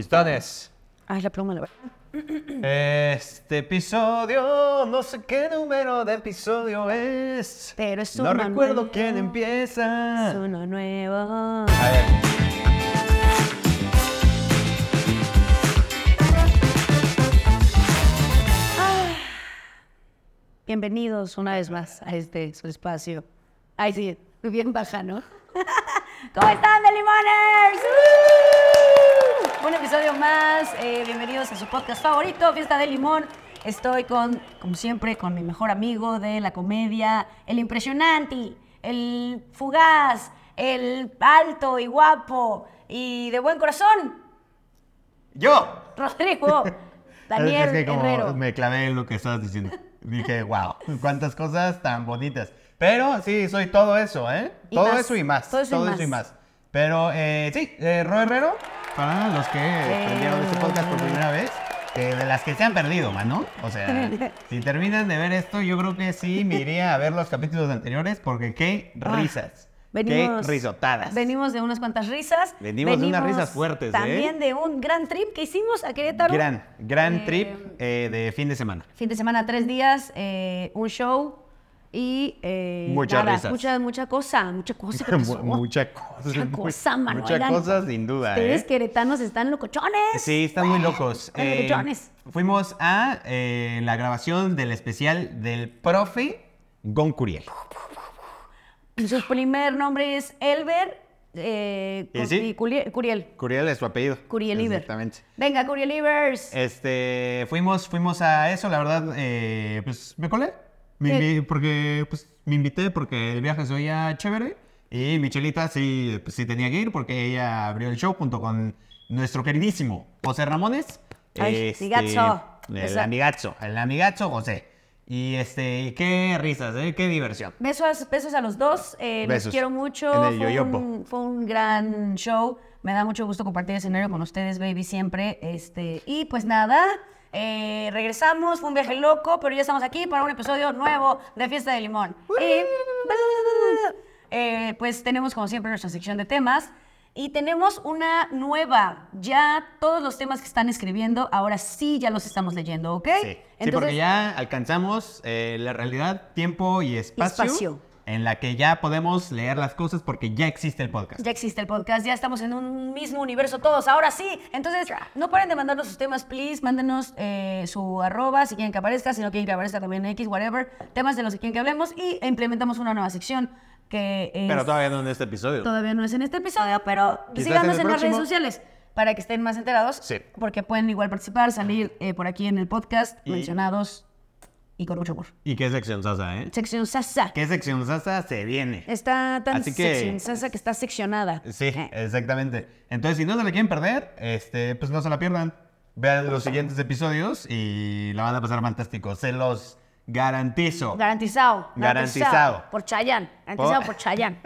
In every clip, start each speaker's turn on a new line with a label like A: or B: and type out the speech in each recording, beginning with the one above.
A: ¿Listones?
B: Ay, la pluma, la verdad.
A: Este episodio, no sé qué número de episodio es.
B: Pero es
A: No
B: uno
A: recuerdo
B: nuevo.
A: quién empieza.
B: Es uno nuevo.
A: A ver.
B: Bienvenidos una vez más a este su espacio. Ay, sí, bien baja, ¿no? ¿Cómo están, The Limoners? ¡Uh! Un episodio más. eh, bienvenidos a su podcast favorito, Fiesta de Limón. Estoy con, como siempre, con mi mejor amigo de la comedia, el impresionante, el fugaz, el alto y guapo y de buen corazón,
A: ¡Yo!
B: Rodrigo Daniel
A: es que como
B: Herrero.
A: me clavé en lo que estabas diciendo. Dije, wow, cuántas cosas tan bonitas. Pero sí, soy todo eso, ¿eh?
B: Y
A: todo
B: más.
A: eso y más.
B: Todo eso y más.
A: Pero eh, sí, eh, Ro Herrero, para los que
B: Eh.
A: prendieron este podcast por primera vez, que de las que se han perdido, mano. O sea, si terminan de ver esto, yo creo que sí me iría a ver los capítulos anteriores porque qué
B: Ah,
A: risas.
B: Venimos,
A: qué risotadas.
B: Venimos de unas cuantas risas.
A: Venimos de unas risas fuertes, ¿eh?
B: También de un gran trip que hicimos a Querétaro.
A: Gran, gran trip
B: Eh,
A: eh, de fin de semana.
B: Fin de semana, tres días, eh, un show y. eh,
A: Muchas
B: nada,
A: risas.
B: Mucha, mucha cosa, mucha cosa. que
A: Mu-
B: pasó.
A: Mucha cosa.
B: Mucha
A: muy-
B: cosa, mano,
A: Mucha
B: oigan.
A: cosa, sin duda.
B: Ustedes
A: ¿eh?
B: queretanos están locochones.
A: Sí, están muy locos. Eh,
B: Están locochones.
A: fuimos a eh, la grabación del especial del profe Goncuriel.
B: Y Su primer nombre es Elber eh,
A: ¿Y
B: con-
A: sí?
B: y Curiel. Curiel,
A: Curiel es su apellido.
B: Curiel Iber.
A: Exactamente.
B: Venga, Curiel
A: Eh,
B: Ibers.
A: Este, fuimos, fuimos a eso, la verdad, eh, pues me colé. Me
B: Eh.
A: invi- porque, pues, me invité porque el viaje se veía chévere. Y Michelita sí, pues, sí tenía que ir porque ella abrió el show junto con nuestro queridísimo José Ramones. Este,
B: Ay, amigazo.
A: El
B: Esa-
A: amigazo, el amigazo José. Y este, y qué risas, ¿eh? qué diversión.
B: Besos, besos a los dos. eh,
A: Besos.
B: Los quiero mucho.
A: En el
B: fue,
A: yoyopo.
B: un, fue un gran show. Me da mucho gusto compartir escenario con ustedes, baby, siempre. Este, y pues nada, eh, regresamos. Fue un viaje loco, pero ya estamos aquí para un episodio nuevo de Fiesta de Limón. Y eh, pues tenemos, como siempre, nuestra sección de temas. Y tenemos una nueva. Ya todos los temas que están escribiendo, ahora sí ya los estamos leyendo, ¿ok?
A: Sí, sí, porque ya alcanzamos eh, la realidad, tiempo y espacio,
B: Espacio.
A: en la que ya podemos leer las cosas porque ya existe el podcast.
B: Ya existe el podcast, ya estamos en un mismo universo todos, ahora sí. Entonces, no paren de mandarnos sus temas, please. Mándenos eh, su arroba si quieren que aparezca, si no quieren que aparezca también X, whatever. Temas de los que quieren que hablemos y implementamos una nueva sección que es-
A: Pero todavía no en este episodio.
B: todavía no es en este episodio, pero
A: Quizás en
B: síganos
A: el
B: en, las redes
A: próximo.
B: sociales para que estén más enterados.
A: Sí.
B: Porque pueden igual participar, salir eh, por aquí en el podcast,
A: Y-
B: mencionados y con mucho amor.
A: ¿Y qué sección sasa, eh?
B: Sección Sasa.
A: ¿Qué sección sasa se viene?
B: Está tan
A: Así que-
B: sección Sasa que está seccionada.
A: Sí,
B: Eh.
A: exactamente. Entonces, si no se la quieren perder, este, pues no se la pierdan. Vean los siguientes episodios y la van a pasar fantástico. Se los garantizo.
B: Garantizado.
A: Garantizado.
B: Por Chayán. Garantizado por Chayán.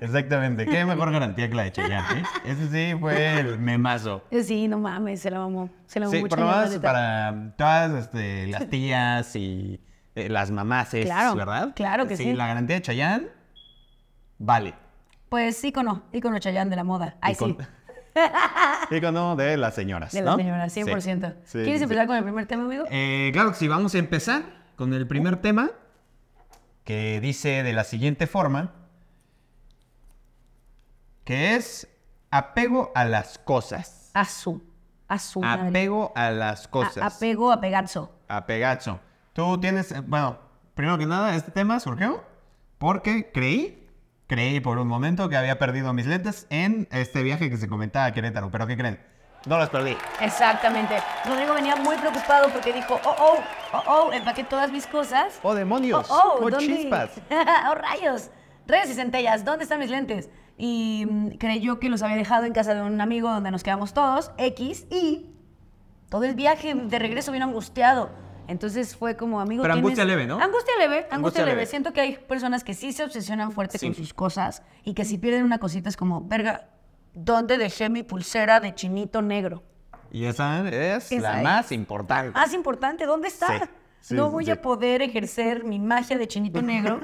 A: Exactamente. Qué mejor garantía que la de Chayanne, ¿eh? Ese sí fue el memazo.
B: Sí, no mames, se la mamó. Se la mamó
A: Sí, por lo
B: Chayanne, la
A: menos
B: neta.
A: para todas este, las tías y eh, las mamaces,
B: Claro,
A: ¿verdad?
B: claro que sí.
A: la garantía de Chayanne vale.
B: Pues ícono, ícono Chayán de la moda. Ay, sí.
A: Ícono. Ícono de las señoras,
B: De la
A: ¿no?
B: señora, 100%.
A: Sí,
B: ¿Quieres
A: sí,
B: empezar con el primer tema, amigo?
A: Eh, claro que sí, vamos a empezar con el
B: Uh.
A: primer tema que dice de la siguiente forma, que es apego a las cosas.
B: A su. A su madre.
A: Apego a las
B: A-
A: cosas.
B: apego a pegazo.
A: Apegazo. Tú tienes, eh, bueno, primero que nada, este tema surgió porque creí, creí por un momento que había perdido mis lentes en este viaje que se comentaba a Querétaro, pero ¿qué creen? No los perdí.
B: Exactamente. Rodrigo venía muy preocupado porque dijo, oh, oh, oh, oh, empaqué todas mis cosas.
A: ¡Oh, demonios!
B: Oh, oh, ¿dónde?
A: chispas!
B: ¡Oh, rayos! Rayos y centellas, ¿dónde están mis lentes? Y mm, creyó que los había dejado en casa de un amigo donde nos quedamos todos, X, y todo el viaje de regreso vino angustiado. Entonces fue como, amigo,
A: Pero
B: tienes-
A: angustia leve, ¿no?
B: Angustia leve, angustia,
A: Angustia
B: leve.
A: leve.
B: Siento que hay personas que sí se obsesionan fuerte
A: Sí.
B: con sus cosas y que si pierden una cosita es como, verga, ¿dónde dejé mi pulsera de chinito negro?
A: Y esa es
B: Esa
A: la
B: es.
A: más importante.
B: más importante, ¿dónde está?
A: Sí, sí,
B: no
A: sí,
B: voy
A: sí.
B: a poder ejercer mi magia de chinito negro.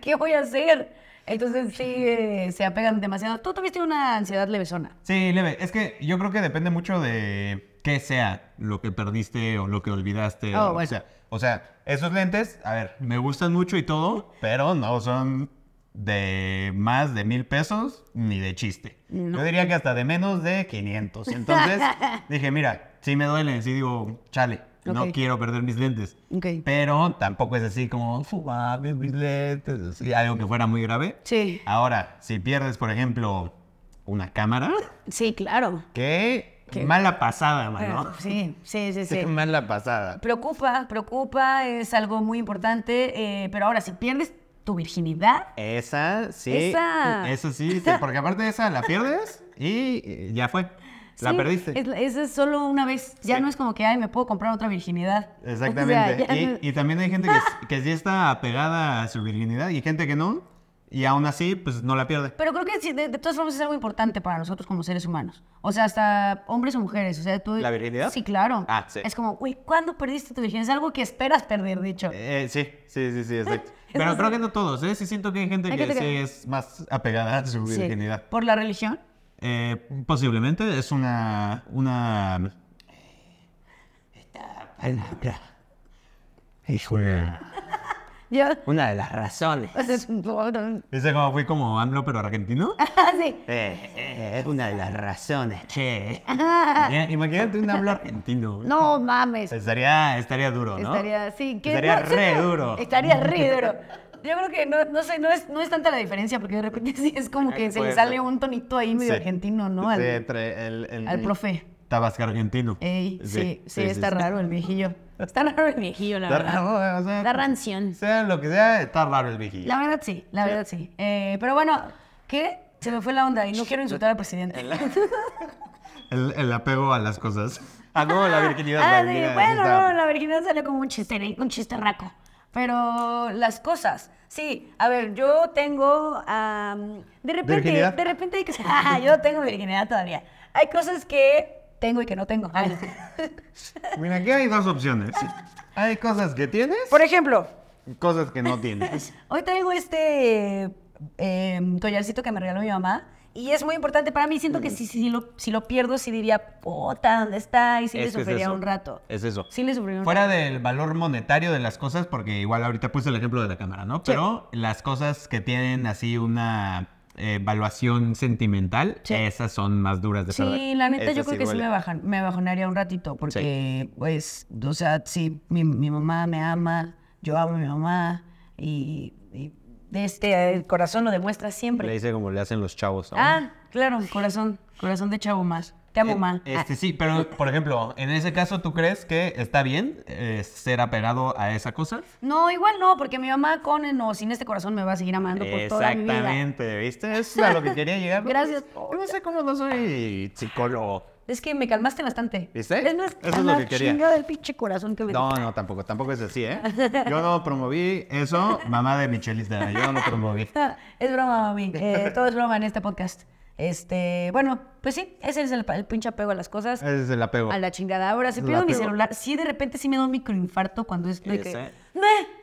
B: ¿Qué Ah, voy a hacer? Entonces sí, eh, se apegan demasiado. Tú tuviste una ansiedad levesona.
A: Sí, leve. Es que yo creo que depende mucho de qué sea lo que perdiste o lo que olvidaste.
B: Oh,
A: o,
B: bueno.
A: sea, o sea, esos lentes, a ver, me gustan mucho y todo, pero no son de más de mil pesos ni de chiste.
B: No.
A: Yo diría que hasta de menos de 500. Entonces dije, mira, sí me duelen, sí digo, chale, no
B: Ok.
A: quiero perder mis lentes.
B: Ok.
A: Pero tampoco es así como, fumame mis lentes, así, algo que fuera muy grave.
B: Sí.
A: Ahora, si pierdes, por ejemplo, una cámara,
B: Sí, claro.
A: qué,
B: ¿Qué?
A: mala pasada, mano.
B: Eh, Sí, sí, sí, sí.
A: Qué mala pasada.
B: Preocupa, preocupa, es algo muy importante, eh, pero ahora si pierdes tu virginidad,
A: Esa sí.
B: Esa.
A: Eso sí, sí, porque aparte de esa la pierdes y eh, ya fue. La
B: sí,
A: perdiste.
B: es- Esa es solo una vez, ya
A: Sí.
B: no es como que, ay, me puedo comprar otra virginidad. O sea,
A: Exactamente.
B: ya
A: y,
B: no-
A: y también hay gente que, s- que sí está apegada a su virginidad y gente que no. Y aún así, pues no la pierde.
B: Pero creo que sí, de, de todas formas es algo importante para nosotros como seres humanos. O sea, hasta hombres o mujeres. O sea, tú...
A: ¿La virginidad?
B: Sí, claro.
A: Ah, sí.
B: Es como, güey, ¿cuándo perdiste tu virginidad? Es algo que esperas perder, de hecho.
A: Eh, sí, sí, sí, sí, exacto.
B: Eso
A: Pero
B: sí.
A: creo que no todos, ¿eh? Sí siento que hay gente
B: Hay
A: que
B: gente
A: sí
B: que-
A: es más apegada a su
B: Sí.
A: virginidad.
B: ¿Por la religión?
A: Eh, posiblemente es una. una. Esta palabra. Es una.
B: Yo...
A: Una de las razones. ¿Ese como fui como AMLO pero argentino?
B: sí. eh,
A: es una de las razones, che. Imagínate un AMLO argentino.
B: Ah. No mames.
A: Estaría, estaría duro, ¿no?
B: Estaría sí, que
A: Estaría
B: no, sí,
A: re
B: no,
A: duro.
B: Estaría re duro. Yo creo que no, no sé, no es, no es tanta la diferencia, porque de repente sí es como que se le
A: Puede
B: sale
A: ser.
B: un tonito ahí medio
A: Sí.
B: argentino, ¿no?
A: Sí,
B: Al,
A: entre el, el-
B: al profe.
A: Tabasco argentino.
B: Ey, sí, sí, está
A: sí.
B: raro el viejillo. Está raro el viejillo, la
A: Está
B: verdad.
A: raro, o sea,
B: Está ranción.
A: Sea lo que sea, está raro el vigilio.
B: La verdad sí, la verdad sí. Eh, pero bueno, ¿qué? Se me fue la onda y no quiero insultar al presidente.
A: El, el apego a las cosas. Ah, no, la virginidad.
B: Ah,
A: la
B: sí,
A: virginidad, sí
B: bueno,
A: está-
B: no, la virginidad salió como un chiste, un chiste raco. Pero las cosas, sí. A ver, yo tengo, am, de repente,
A: ¿Virginidad?
B: de repente hay que, Ah, yo tengo virginidad todavía. Hay cosas que tengo y que no tengo.
A: Ah.
B: Ay.
A: Mira, aquí hay dos opciones. Hay cosas que tienes
B: Ah. Por e- ejemplo,
A: y cosas que no tienes.
B: hoy traigo este em, collarcito que me regaló mi mamá. Y es muy importante para mí. Siento que
A: Mm.
B: si, si, lo, si lo pierdo, sí diría, puta, ¿dónde está? Y sí le
A: Es que es
B: sufriría
A: eso.
B: un rato.
A: Es eso.
B: Sí le sufriría un
A: Fuera del valor monetario de las cosas, porque igual ahorita puse el ejemplo de la cámara, ¿no? Pero las cosas que tienen así una eh, evaluación sentimental,
B: Sí.
A: esas son más duras de perder.
B: Sí, la neta,
A: Esas
B: yo creo que sí
A: duelen.
B: me, bajan, me bajonaría un ratito, porque, pues, o sea, sí, mi, mi mamá me ama, yo amo a mi mamá, y, y de este, el corazón lo demuestra
A: Le
B: siempre.
A: dice como le hacen los chavos. ¿no?
B: Ah, claro, corazón, corazón de chavo más. Te amo, más.
A: Eh, Este sí, pero por ejemplo, en ese caso, ¿tú crees que está bien eh, ser apegado a esa cosa?
B: No, igual no, porque mi mamá con el- o sin este corazón me va a seguir amando por toda mi vida.
A: Exactamente, ¿viste? Es a lo que quería llegar. ¿no?
B: Gracias.
A: No sé cómo no soy psicólogo.
B: Es que me calmaste bastante.
A: ¿Viste?
B: Es más,
A: Eso es lo
B: una
A: que quería.
B: chingada del pinche corazón que me
A: No, no, tampoco, tampoco es así, ¿eh? Yo no promoví eso, mamá de Michelista, yo no lo promoví.
B: es broma, mami. Eh, todo es broma en este podcast. Este, bueno, pues sí, ese es el, pa- el pinche apego a las cosas.
A: Ese es el apego.
B: A la chingada. Ahora, si
A: El
B: pierdo mi
A: apego.
B: celular, sí de repente sí me da un microinfarto cuando es de que...
A: Ese.
B: "Meh",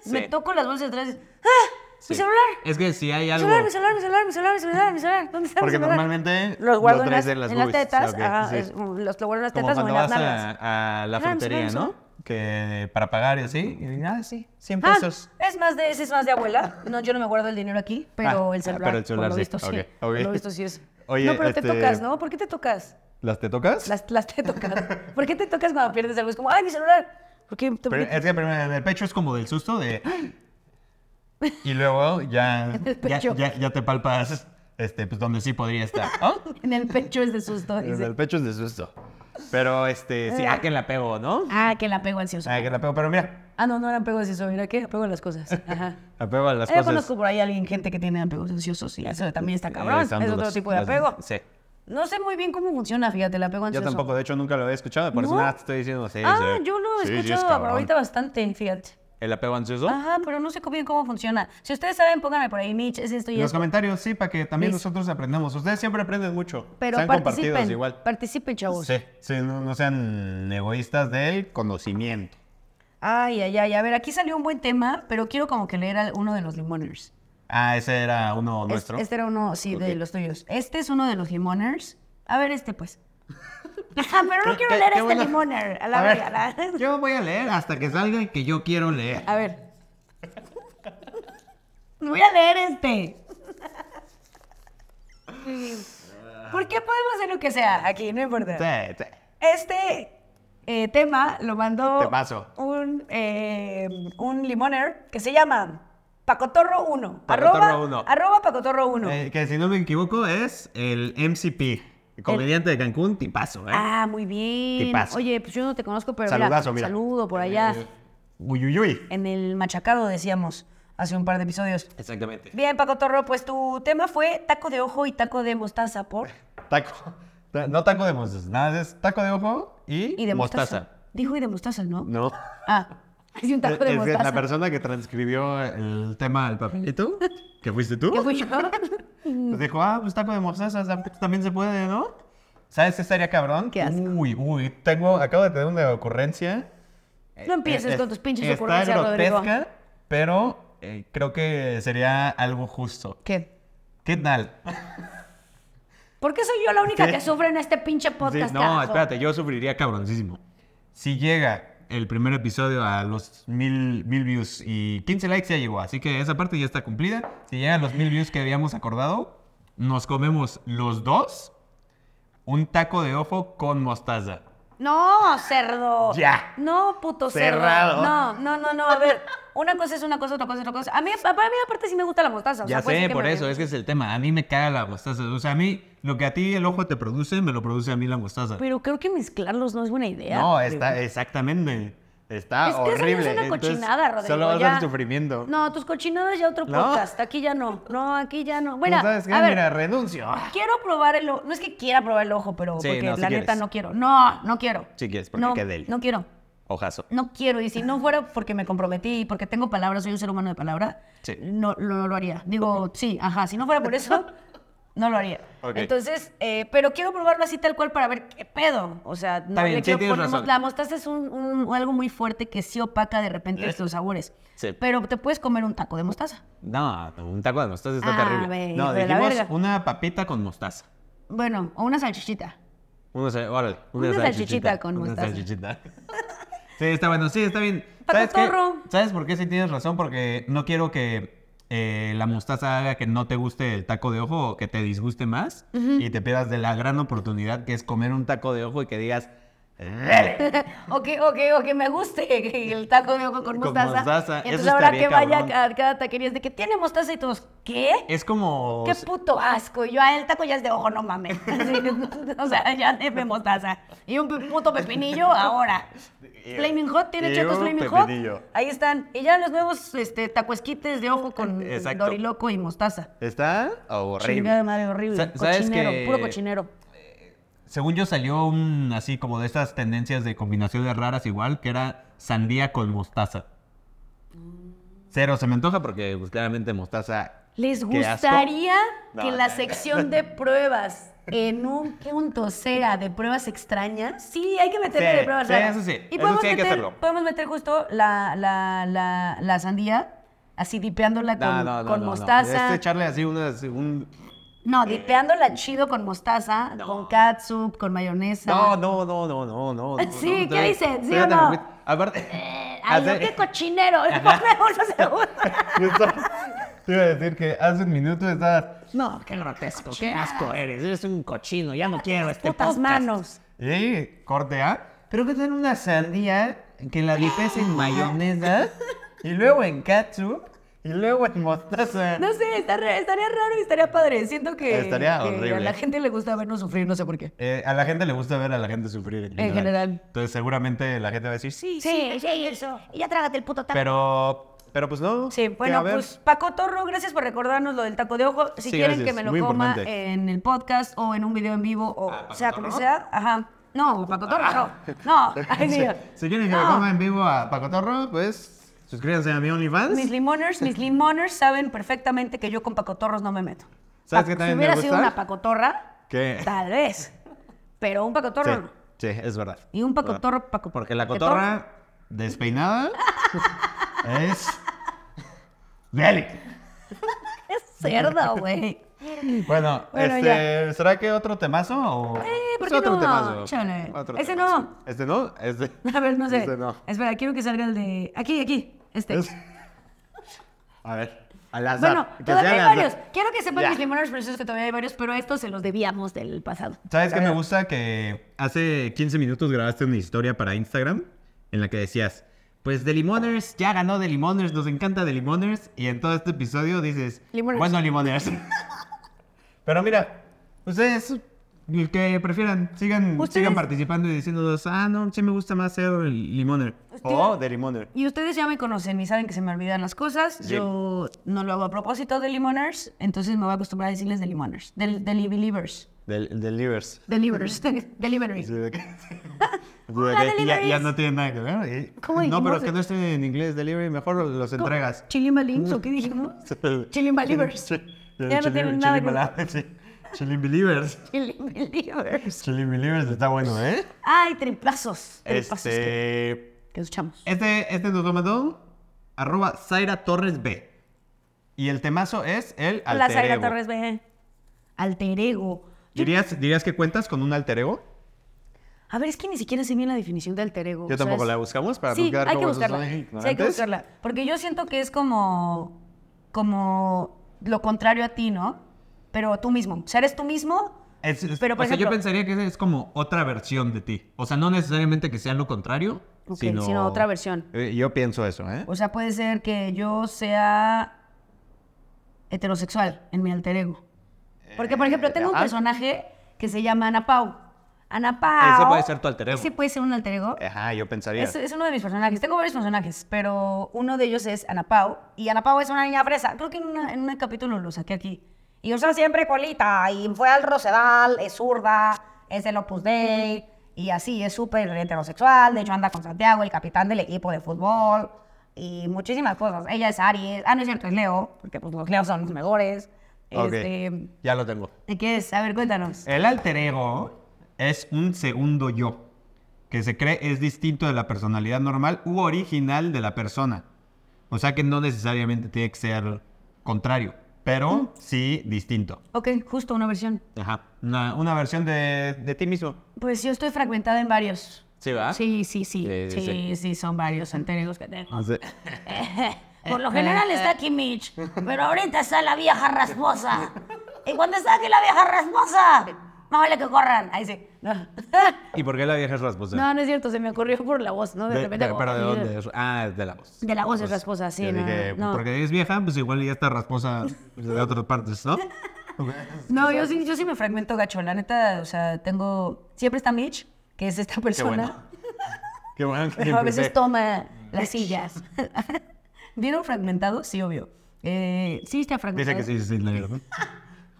B: Me
A: Sí.
B: toco las bolsas de atrás y... ¡Ah!
A: Sí.
B: ¡Mi celular!
A: Es que si hay
B: ¡Mi
A: algo...
B: celular, mi celular, mi celular, mi celular, mi celular, mi celular! ¿Dónde está mi
A: Porque
B: celular?
A: normalmente
B: Los guardo
A: lo
B: en,
A: traes
B: las,
A: en las
B: en las
A: boobies,
B: tetas.
A: ok,
B: ajá,
A: sí.
B: es- los lo guardo en las
A: Como
B: tetas o en
A: cuando
B: las
A: vas
B: nalgas.
A: a, a la
B: Ajá, mi
A: frutería,
B: celular, mi
A: ¿no? Que para pagar y así. Y nada, sí, 100
B: Ah,
A: pesos.
B: es más de ese es más de abuela. No, yo no me guardo el dinero aquí, pero
A: Ah,
B: el
A: ah,
B: celular.
A: pero el celular
B: por lo
A: sí.
B: visto, sí.
A: Ok, ok.
B: Por lo visto sí es.
A: Oye,
B: no, pero te
A: este-
B: tocas, ¿no? ¿Por qué te tocas?
A: ¿Las te tocas?
B: Las, las te tocas. ¿Por qué te tocas cuando pierdes algo? Es como, ay, mi celular. ¿Por qué te
A: Pero er- es que primero en el pecho es como del susto de. Y luego ya,
B: En el
A: ya,
B: pecho.
A: ya, ya te palpas este, pues, donde sí podría estar. ¿no?
B: En el pecho es de susto. dice. Eh.
A: el pecho es de susto. Pero este, sí, ah, que la pego, ¿no?
B: Ah, que el apego ansioso.
A: Ah, que la pego, pero mira,
B: Ah, no, no era apego ansioso. Mira, ¿qué? Apego a las cosas. Ajá.
A: la pego a las
B: Ah, Yo
A: cosas.
B: conozco por ahí a alguien, gente que tiene apegos ansiosos y eso también está cabrón.
A: Eh, son
B: es otro
A: duros.
B: tipo de
A: Las-
B: apego.
A: Sí.
B: No sé muy bien cómo funciona, fíjate, el apego
A: Yo
B: ansioso.
A: tampoco, de hecho, nunca lo había escuchado. Por eso
B: ¿No?
A: nada te estoy diciendo. Sí,
B: Ah,
A: sí.
B: yo lo
A: Sí,
B: he
A: sí, es
B: escuchado
A: cabrón.
B: ahorita Ah, bastante, fíjate.
A: ¿El apego ansioso?
B: Ajá, pero no sé co- bien cómo funciona. Si ustedes saben, pónganme por ahí, Mitch, es esto y
A: En los
B: esto.
A: comentarios, sí, para que también
B: Listo.
A: nosotros aprendamos. Ustedes siempre aprenden mucho.
B: Pero
A: sean compartidos
B: participen,
A: igual.
B: participen, chavos.
A: Sí, sí, no, no sean egoístas del conocimiento.
B: Ay, ay, ay. A ver, aquí salió un buen tema, pero quiero como que leer al- uno de los limoners.
A: Ah, ese era uno
B: Es-
A: nuestro.
B: Este era uno, sí, de
A: Ok.
B: los tuyos. Este es uno de los limoners. A ver, este pues. Ajá, pero no quiero
A: Qué-
B: leer
A: qué
B: este
A: bueno.
B: limoner. A la
A: A ver,
B: verga, la-
A: Yo voy a leer hasta que salga el que yo quiero leer.
B: A ver. Voy a leer este. ¿Por qué podemos hacer lo que sea aquí? No importa.
A: Sí, sí.
B: Este eh, tema lo mandó
A: Temazo.
B: un, eh, un limoner que se llama Pacotorro 1.
A: Pacotorro
B: arroba,
A: uno.
B: arroba Pacotorro 1.
A: Eh, que si no me equivoco es el MCP, el comediante de Cancún, tipazo, ¿eh?
B: Ah, muy bien.
A: Tipazo.
B: Oye, pues yo no te conozco, pero
A: Saludazo, mira.
B: mira,
A: Eh,
B: saludo por allá.
A: Uy, uy, uy.
B: En el machacado decíamos hace un par de episodios.
A: Exactamente.
B: Bien, Paco Torro, pues tu tema fue taco de ojo y taco de mostaza, por.
A: Taco. ta- No taco de mostaza, nada, es taco de ojo y,
B: Y de mostaza. Dijo y de mostaza, ¿no?
A: No.
B: Ah, es un taco de
A: Es que
B: mostaza.
A: la persona que transcribió el tema del papelito, que fuiste tú,
B: ¿Qué fui yo? Mm.
A: pues dijo, ah, pues taco de mostaza tam- también se puede, ¿no? ¿Sabes qué estaría cabrón?
B: Qué asco.
A: Uy, uy, tengo, acabo de tener una ocurrencia.
B: No empieces
A: Es-
B: con tus pinches
A: Eh, está
B: ocurrencias, Rodrigo.
A: grotesca, pero eh, creo que sería algo justo.
B: ¿Qué?
A: ¿Qué tal?
B: ¿Por qué soy yo la única
A: ¿Qué?
B: que sufre en este pinche
A: Sí,
B: podcast?
A: no,
B: carajo?
A: espérate, yo sufriría cabroncísimo. Si llega el primer episodio a los mil, mil views y 15 likes ya llegó, así que esa parte ya está cumplida. Si llega a los mil views que habíamos acordado, nos comemos los dos un taco de ojo con mostaza.
B: No, cerdo.
A: Ya.
B: No, puto cerdo.
A: Cerrado.
B: No, no, no, no. A ver, una cosa es una cosa, otra cosa es otra cosa. A mí, a- para mí, aparte, sí me gusta la mostaza. o sea,
A: Ya
B: puede ser
A: sé,
B: que
A: por
B: me-
A: eso, es que es el tema. A mí me caga la mostaza. O sea, a mí, lo que a ti el ojo te produce, me lo produce a mí la mostaza.
B: Pero creo que mezclarlos no es buena idea.
A: No, está exactamente. Está
B: Es que eso ya
A: Ah, horrible.
B: es una
A: Entonces,
B: cochinada, Rodrigo.
A: Solo vas a
B: ya.
A: estar sufrimiento.
B: No, tus cochinadas ya otro
A: No.
B: podcast. Aquí ya no. No, aquí ya
A: Pues,
B: no. Bueno,
A: ¿sabes qué?
B: a ver,
A: Mira, renuncio.
B: quiero probar el ojo. No es que quiera probar el ojo, pero
A: Sí,
B: porque
A: no, sí
B: la neta
A: quieres.
B: no quiero. No, no quiero.
A: Sí quieres, porque
B: no,
A: qué del.
B: No quiero.
A: Ojazo.
B: No quiero. Y si no fuera porque me comprometí, porque tengo palabras, soy un ser humano de palabra,
A: Sí.
B: no, no, lo haría. Digo, sí, ajá. Si no fuera por eso, no lo haría.
A: Ok.
B: Entonces, eh, pero quiero probarlo así tal cual para ver qué pedo. O sea, no
A: Está bien,
B: le
A: sí
B: quiero
A: tienes
B: poner-
A: razón.
B: La mostaza es un, un- algo muy fuerte que sí opaca de repente estos sabores.
A: Eh, Sí.
B: Pero te puedes comer un taco de mostaza.
A: No, un taco de mostaza
B: está
A: está
B: Ah, terrible.
A: terrible.
B: ve, hijo
A: no,
B: de la
A: dijimos
B: verga.
A: una papita con mostaza.
B: Bueno, o una salchichita.
A: Una, sa- órale, una,
B: Una salchichita con
A: una
B: mostaza.
A: salchichita. Sí, está bueno, sí, está bien.
B: Paco
A: ¿Sabes qué?
B: Torro.
A: ¿Sabes por qué sí tienes razón? Porque no quiero que eh, la mostaza haga que no te guste el taco de ojo o que te disguste más y te pierdas de la gran oportunidad que es comer un taco de ojo y que digas, "Dele".
B: o, que, o, que, o que me guste el taco de ojo con
A: Con
B: mostaza.
A: mostaza,
B: Y entonces
A: eso
B: ahora que
A: estaría cabrón.
B: vaya a cada taquería es de que tiene mostaza y todos, ¿qué?
A: es como...
B: ¡Qué puto asco! Y yo, ah, el taco ya es de ojo, no mames. Así, o sea, ya debe mostaza. Y un pe- puto pepinillo ahora. Flaming Hot tiene
A: Y
B: chetos
A: un
B: Flaming
A: pepinillo.
B: Hot. Ahí están. Y ya los nuevos este, tacuesquites de ojo con
A: Exacto.
B: doriloco y mostaza.
A: Está
B: Chingada madre, horrible.
A: Sa- ¿sabes
B: cochinero,
A: que-
B: puro cochinero.
A: Según yo salió un así como de estas tendencias de combinaciones raras igual, que era sandía con mostaza. Cero, se me antoja porque pues, claramente mostaza...
B: ¿Les
A: Qué asco.
B: gustaría
A: No,
B: que
A: no,
B: la
A: no.
B: sección de pruebas en un punto sea de pruebas extrañas? Sí, hay que meterle
A: Sí,
B: de pruebas
A: sí,
B: raras.
A: eso sí,
B: Y
A: eso
B: podemos,
A: sí hay que
B: meter,
A: hacerlo.
B: podemos meter justo la, la, la, la sandía, así dipeándola con, con mostaza.
A: Es echarle así unas... Un...
B: No, dipeándola chido con mostaza, con catsup, con mayonesa.
A: No, no, no, no, no, no. no,
B: Sí,
A: no,
B: ¿qué
A: espérate,
B: dicen? ¿Sí o
A: espérate,
B: no?
A: güey. Aparte...
B: Eh, Ay, no,
A: hace-
B: qué cochinero. Ponme uno segundo.
A: yo estaba- Te iba a decir que hace un minuto estabas...
B: No, qué grotesco.
C: Qué asco eres, eres un cochino, ya no quiero este
B: Putas
C: podcast.
B: manos.
A: Sí, corte A. Pero que tal una sandía que la dipes en mayonesa y luego en katsu y luego en mostaza.
B: No sé, está re- estaría raro y estaría padre. Siento que,
A: Estaría
B: que a
A: horrible.
B: la gente le gusta vernos sufrir, no sé por qué.
A: Eh, a la gente le gusta ver a la gente sufrir. En general.
B: general.
A: Entonces seguramente la gente va a decir sí.
B: Sí, sí, eso. Y ya trágate el puto taco.
A: Pero, pero pues no. que
B: sí, bueno,
A: a ver.
B: pues Paco Torro, gracias por recordarnos lo del taco de ojo.
A: Sí,
B: Si quieren
A: gracias,
B: que me lo
A: muy
B: coma
A: importante.
B: en el podcast o en un video en vivo o
A: Ah, ¿Paco
B: sea como
A: Torro?
B: sea, ajá. No, Paco Torro, no. No, ay,
A: Si-
B: Dios.
A: Si quieren que me
B: No.
A: coma en vivo a Pacotorro, pues suscríbanse a mi OnlyFans.
B: Mis limoners, mis limoners saben perfectamente que yo con pacotorros no me meto.
A: ¿Sabes
B: Paco-
A: qué
B: si
A: también me
B: hubiera sido
A: gusta?
B: una pacotorra,
A: ¿Qué?
B: tal vez. Pero
A: Eh.
B: un
A: Sí,
B: pacotorro no.
A: sí, es verdad.
B: Y un pacotorro, paco
A: Porque la
B: que
A: cotorra despeinada es. Dele.
B: torro. cerdo, güey.
A: Bueno,
B: Bueno,
A: este, ¿será que otro temazo o...?
B: Eh, ¿por
A: Es
B: qué
A: otro
B: no?
A: temazo.
B: Chale.
A: Otro
B: Ese
A: temazo.
B: no.
A: ¿Este no? Este.
B: A ver, no sé.
A: Este no.
B: Espera, quiero que salga el de. Aquí, aquí. Este.
A: Es- A ver, al azar.
B: Bueno,
A: que
B: todavía
A: sea
B: hay
A: al azar.
B: varios. Quiero que sepan
A: Ya.
B: mis limoners preciosos que todavía hay varios, pero estos se los debíamos del pasado.
A: ¿Sabes
B: La
A: qué me
B: verdad.
A: gusta? Que hace 15 minutos grabaste una historia para Instagram en la que decías, pues The Limoners ya ganó The Limoners, nos encanta The Limoners. Y en todo este episodio dices,
B: Limoners.
A: bueno, Limoners. Pero mira, ustedes, el que prefieran, sigan,
B: Ustedes-
A: sigan participando y diciéndonos, ah, no, sí me gusta más ser el Limoner.
B: Ustedes-
A: O Oh, The Limoner.
B: Y ustedes ya me conocen y saben que se me olvidan las cosas.
A: Sí.
B: Yo no lo hago a propósito de limoners, entonces me voy a acostumbrar a decirles de limoners. Del de believers.
A: Del, del Livers.
B: Delivers. Delivery.
A: Sí, de que- sí, de
B: Hola,
A: que ya,
B: deliveries.
A: ya no tiene nada que ver. y-
B: ¿Cómo
A: no, pero
B: dijimos?
A: es que no estén en inglés delivery, mejor los entregas.
B: Chilimbalins, ¿o qué dijimos?
A: Este,
B: Chilimbalivers.
A: Sí,
B: Ya
A: chili-
B: no
A: chili-
B: tienen nada que
A: chilimbala- sí, Chilimbelievers.
B: Chilimbelievers.
A: Chilimbelievers está bueno, ¿eh?
B: Ay, triplazos. Triplazos que,
A: Este,
B: que escuchamos.
A: este, este nos lo mandó arroba Zaira Torres B. Y el temazo es el alter
B: Hola, Zaira
A: ego.
B: Torres B. Alter ego.
A: ¿Dirías, ¿Dirías que cuentas con un alter ego?
B: A ver, es que ni siquiera sé bien la definición de alter ego.
A: Yo tampoco la
B: busco.
A: buscamos para
B: sí,
A: buscar
B: hay que
A: cómo esos son
B: buscarla. Sí, hay que
A: ignorantes.
B: buscarla. Porque yo siento que es como, como lo contrario a ti, ¿no? Pero tú mismo. O sea, eres tú mismo.
A: Es- es-
B: Pero, por
A: o sea, yo
B: ejemplo-
A: pensaría que es como otra versión de ti. O sea, no necesariamente que sea lo contrario,
B: Ok, sino otra versión.
A: Eh, yo pienso eso, ¿eh?
B: O sea, puede ser que yo sea heterosexual en mi alter ego. Porque, por ejemplo, tengo un
A: Eh, ajá.
B: personaje que se llama Ana Pau. Ana Pau.
A: Ese puede ser tu alter ego.
B: Ese puede ser un alter ego.
A: Ajá, yo pensaría.
B: Es, es uno de mis personajes. Tengo varios personajes, pero uno de ellos es Ana Pau. Y Ana Pau es una niña fresa. Creo que en, una- en un capítulo lo saqué aquí. Y usa siempre colita. Y fue al Rosedal, es zurda, es del Opus Dei. Y así, es súper heterosexual. De hecho, anda con Santiago, el capitán del equipo de fútbol. Y muchísimas cosas. Ella es Aries. Ah, no es cierto, es Leo. Porque pues, los Leos son los mejores.
A: Ok,
B: Este,
A: ya lo tengo. Eh.
B: ¿de ¿Qué es? A ver, cuéntanos.
A: El alter ego es un segundo yo que se cree es distinto de la personalidad normal u original de la persona. O sea que no necesariamente tiene que ser contrario, pero sí distinto.
B: Ok, justo una versión.
A: Ajá. Una, una versión de, de ti mismo.
B: Pues yo estoy fragmentada en varios.
A: Sí, ¿verdad?
B: Sí, sí, sí.
A: Sí, sí,
B: Sí, sí, son varios anteriores que tengo.
A: No sé.
B: Por lo general está aquí Mitch, pero ahorita está la vieja rasposa. Y cuando está aquí la vieja rasposa, más vale que corran. Ahí sí. No,
A: ¿Y por qué la vieja es rasposa?
B: no, no es cierto, se me ocurrió por la voz, ¿no? De
A: De-
B: repente.
A: de-
B: como-
A: ¿Pero de dónde? es? Ah, es de la voz. Pues,
B: De la voz es rasposa, sí,
A: Yo
B: no,
A: dije,
B: no.
A: Porque es vieja, pues igual ya está rasposa de otras partes, ¿no?
B: No, yo sí, yo sí me fragmento gacho, la neta, o sea, tengo. Siempre está Mitch, que es esta persona.
A: Qué bueno que
B: Pero a veces
A: empecé.
B: toma las sillas. ¿Vieron fragmentado? Sí, obvio. Eh, sí, está
A: Dice
B: fragmentado.
A: que sí, sí, la verdad.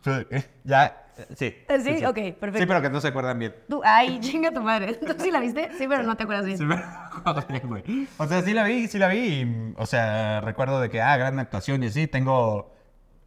A: Sí, Ya, eh, sí.
B: Eh, sí, ok, perfecto.
A: Sí, pero que no se acuerdan bien.
B: Tú- ay, chinga tu madre. ¿Tú sí la viste? Sí, pero no te acuerdas bien.
A: Sí, pero no me acuerdo bien, güey. O sea, sí la vi, sí la vi. y, mm, o sea, recuerdo de que, ah, gran actuación y así. Tengo.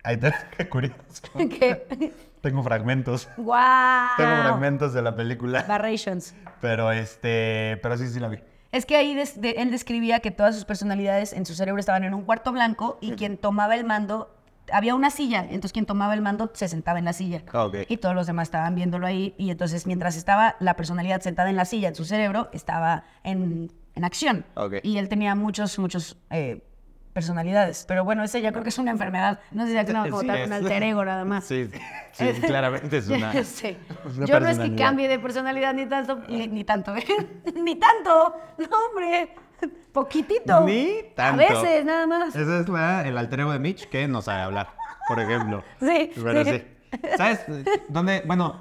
A: Ahí te... Qué curioso.
B: ¿Qué?
A: Tengo fragmentos.
B: ¡Guau!
A: Tengo fragmentos de la película.
B: Barrations.
A: Pero este. Pero sí, sí la vi.
B: Es que ahí des- de- él describía que todas sus personalidades en su cerebro estaban en un cuarto blanco y quien tomaba el mando, había una silla, entonces quien tomaba el mando se sentaba en la silla.
A: Ah, ok.
B: Y todos los demás estaban viéndolo ahí y entonces mientras estaba la personalidad sentada en la silla, en su cerebro, estaba en, en acción.
A: Ok.
B: Y él tenía muchos, muchos eh, personalidades. Pero bueno, esa ya creo que es una enfermedad. No sé si no, como
A: Sí,
B: tal,
A: es.
B: un alter ego nada más.
A: Sí, sí, claramente es una.
B: Sí.
A: una
B: Yo no es que
A: personalidad.
B: cambie de personalidad ni tanto, ni, ni tanto, ¿eh? ni tanto, no hombre, poquitito.
A: Ni tanto.
B: A veces nada más.
A: Ese es la- el alter ego de Mitch que no sabe hablar, por ejemplo.
B: Sí,
A: Pero
B: sí.
A: sí. ¿Sabes dónde? Bueno,